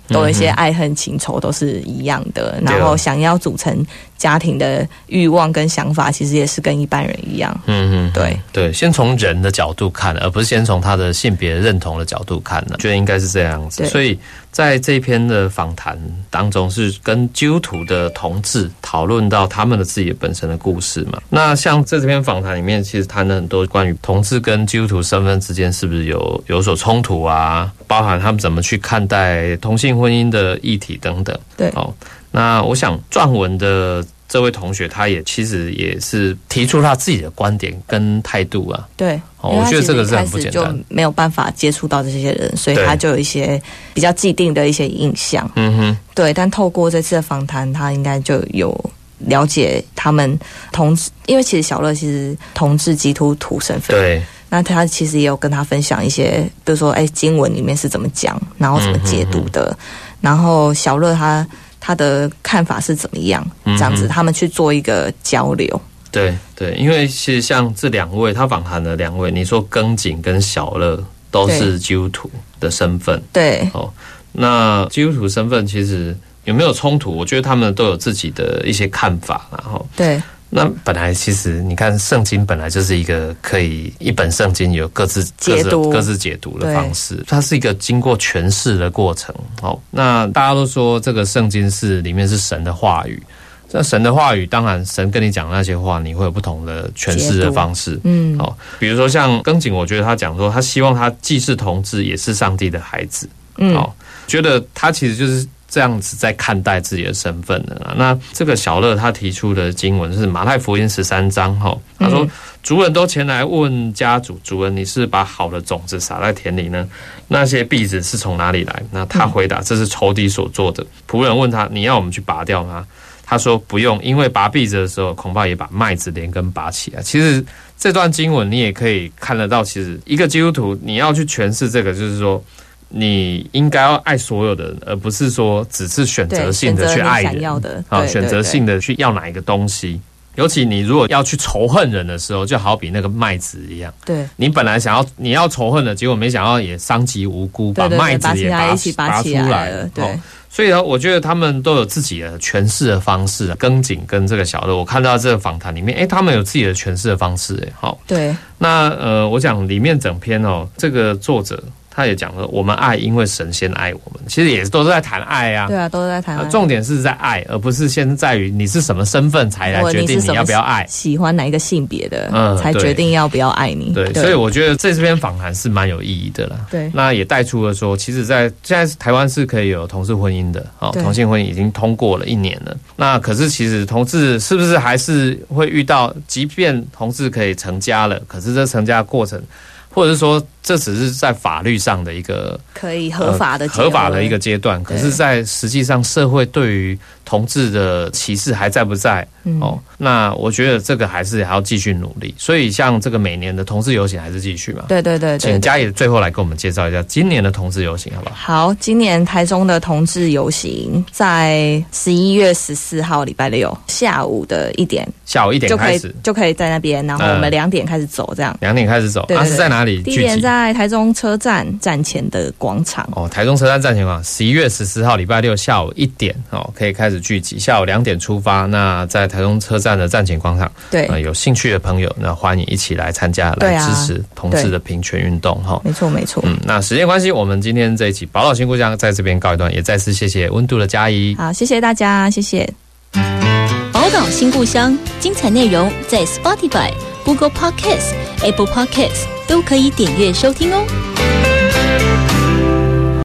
Speaker 3: 都有一些爱恨情仇都是一样的，
Speaker 2: 对啊
Speaker 3: 然后想要组成家庭的欲望跟想法，其实也是跟一般人一样。
Speaker 2: 嗯嗯，
Speaker 3: 对
Speaker 2: 对，先从人的角度看，而不是先从他的性别认同的角度看呢，觉得应该是这样子。
Speaker 3: 对
Speaker 2: 所以在这篇的访谈当中，是跟基督徒的同志讨论到他们的自己本身的故事嘛。那像这篇访谈里面，其实谈了很多关于同志跟基督徒身份之间是不是有有所冲突啊，包含他们怎么去看待同性婚姻的议题等等。
Speaker 3: 对
Speaker 2: 哦，那我想撰文的这位同学，他也其实也是提出他自己的观点跟态度啊。
Speaker 3: 对，
Speaker 2: 哦
Speaker 3: 因为
Speaker 2: 我
Speaker 3: 他
Speaker 2: 觉得
Speaker 3: 其实
Speaker 2: 这个
Speaker 3: 一
Speaker 2: 是很
Speaker 3: 开
Speaker 2: 不
Speaker 3: 始
Speaker 2: 简
Speaker 3: 就
Speaker 2: 单
Speaker 3: 没有办法接触到这些人，所以
Speaker 2: 对
Speaker 3: 他就有一些比较既定的一些印象。
Speaker 2: 嗯哼，
Speaker 3: 对，但透过这次的访谈，他应该就有了解他们同志，因为其实小乐其实同志基督徒身份，
Speaker 2: 对，
Speaker 3: 那他其实也有跟他分享一些，比如说哎经文里面是怎么讲，然后怎么
Speaker 2: 嗯
Speaker 3: 解读的，然后小乐他他的看法是怎么样，
Speaker 2: 嗯
Speaker 3: 这样子他们去做一个交流。
Speaker 2: 对，对，因为其实像这两位，他访谈的两位，你说更井跟小乐都是基督徒的身份
Speaker 3: 对，
Speaker 2: 哦。那基督徒身份其实有没有冲突？我觉得他们都有自己的一些看法啦，然后
Speaker 3: 对，
Speaker 2: 那本来其实你看，圣经本来就是一个可以一本圣经有各自
Speaker 3: 解
Speaker 2: 各
Speaker 3: 读
Speaker 2: 自各自解读的方式，它是一个经过诠释的过程。好，那大家都说这个圣经是里面是神的话语，那神的话语当然神跟你讲那些话，你会有不同的诠释的方式。
Speaker 3: 嗯，
Speaker 2: 好，比如说像更井，我觉得他讲说，他希望他既是同志，也是上帝的孩子。
Speaker 3: 嗯，
Speaker 2: 好，觉得他其实就是这样子在看待自己的身份的啦。那这个小乐他提出的经文是马太福音十三章哈，他说、族人都前来问家主，主人你是把好的种子撒在田里呢，那些篦子是从哪里来？那他回答这是仇敌所做的。仆人问他你要我们去拔掉吗？他说不用，因为拔篦子的时候，恐怕也把麦子连根拔起来。其实这段经文你也可以看得到，其实一个基督徒你要去诠释这个，就是说你应该要爱所有的人，而不是说只是选择
Speaker 3: 对，
Speaker 2: 性
Speaker 3: 选
Speaker 2: 的
Speaker 3: 择
Speaker 2: 去
Speaker 3: 你
Speaker 2: 爱
Speaker 3: 想
Speaker 2: 人
Speaker 3: 要的，
Speaker 2: 啊，
Speaker 3: 对
Speaker 2: 选择性的去要哪一个东西。尤其你如果要去仇恨人的时候，就好比那个麦子一样，
Speaker 3: 对，对
Speaker 2: 你本来想要你要仇恨的，结果没想到也伤及无辜，把
Speaker 3: 对对对
Speaker 2: 麦子
Speaker 3: 把
Speaker 2: 也
Speaker 3: 其他
Speaker 2: 拔
Speaker 3: 一起拔
Speaker 2: 拔出
Speaker 3: 起来
Speaker 2: 来
Speaker 3: 了
Speaker 2: 了。
Speaker 3: 对
Speaker 2: 哦所以呢，我觉得他们都有自己的诠释的方式，跟景跟这个小乐，我看到这个访谈里面，诶，他们有自己的诠释的方式，诶，好、
Speaker 3: 对
Speaker 2: 那呃，我讲里面整篇哦，这个作者他也讲了，我们爱，因为神先爱我们，其实也都是在谈爱啊。
Speaker 3: 对啊，都在谈
Speaker 2: 呃
Speaker 3: 爱。
Speaker 2: 重点是在爱，而不是先在于你是什么身份才来
Speaker 3: 或者
Speaker 2: 决
Speaker 3: 你
Speaker 2: 定
Speaker 3: 是
Speaker 2: 你
Speaker 3: 什
Speaker 2: 要
Speaker 3: 么
Speaker 2: 不要爱。
Speaker 3: 喜欢哪一个性别的，
Speaker 2: 嗯
Speaker 3: 才
Speaker 2: 对
Speaker 3: 决定要不要爱你。
Speaker 2: 对，所以我觉得这篇访谈是蛮有意义的啦。
Speaker 3: 对
Speaker 2: 那也带出了说，其实在，现在台湾是可以有同事婚姻的，哦，
Speaker 3: 对
Speaker 2: 同性婚姻已经通过了一年了。那可是其实同志是不是还是会遇到，即便同志可以成家了，可是这成家过程，或者是说这只是在法律上的一个
Speaker 3: 可以合法的
Speaker 2: 呃
Speaker 3: 结婚、
Speaker 2: 合法的一个阶段，可
Speaker 3: 对
Speaker 2: 是，在实际上社会对于同志的歧视还在不在？
Speaker 3: 嗯
Speaker 2: 哦，那我觉得这个还是还要继续努力。所以，像这个每年的同志游行还是继续嘛。
Speaker 3: 对对对对
Speaker 2: 请嘉怡最后来给我们介绍一下今年的同志游行，好不好？
Speaker 3: 好，今年台中的同志游行在十一月十四号礼拜六下午的一点
Speaker 2: 下午一点
Speaker 3: 就可
Speaker 2: 开
Speaker 3: 以
Speaker 2: 始，
Speaker 3: 就可以在那边，然后
Speaker 2: 嗯
Speaker 3: 我们两点开始走这样。
Speaker 2: 两点开始走。
Speaker 3: 对对
Speaker 2: 啊，是
Speaker 3: 对
Speaker 2: 在哪里
Speaker 3: 地
Speaker 2: 聚
Speaker 3: 点
Speaker 2: 集？
Speaker 3: 在台中车站站前的广场。
Speaker 2: 哦，台中车站站前啊，十一月十四号礼拜六下午一点哦，可以开始聚集，下午两点出发。那在台中车站的站前广场，
Speaker 3: 对，
Speaker 2: 呃，有兴趣的朋友，那欢迎一起来参加，
Speaker 3: 对
Speaker 2: 来
Speaker 3: 啊
Speaker 2: 支持同志的平权运动哈。
Speaker 3: 没错没错。
Speaker 2: 嗯，那时间关系，我们今天这一期《宝岛新故乡》在这边告一段，也再次谢谢温度的嘉怡。
Speaker 3: 好，谢谢大家，谢谢。
Speaker 6: 宝岛新故乡，精彩内容在 Spotify、Google Podcasts、Apple Podcasts 都可以点阅收听哦。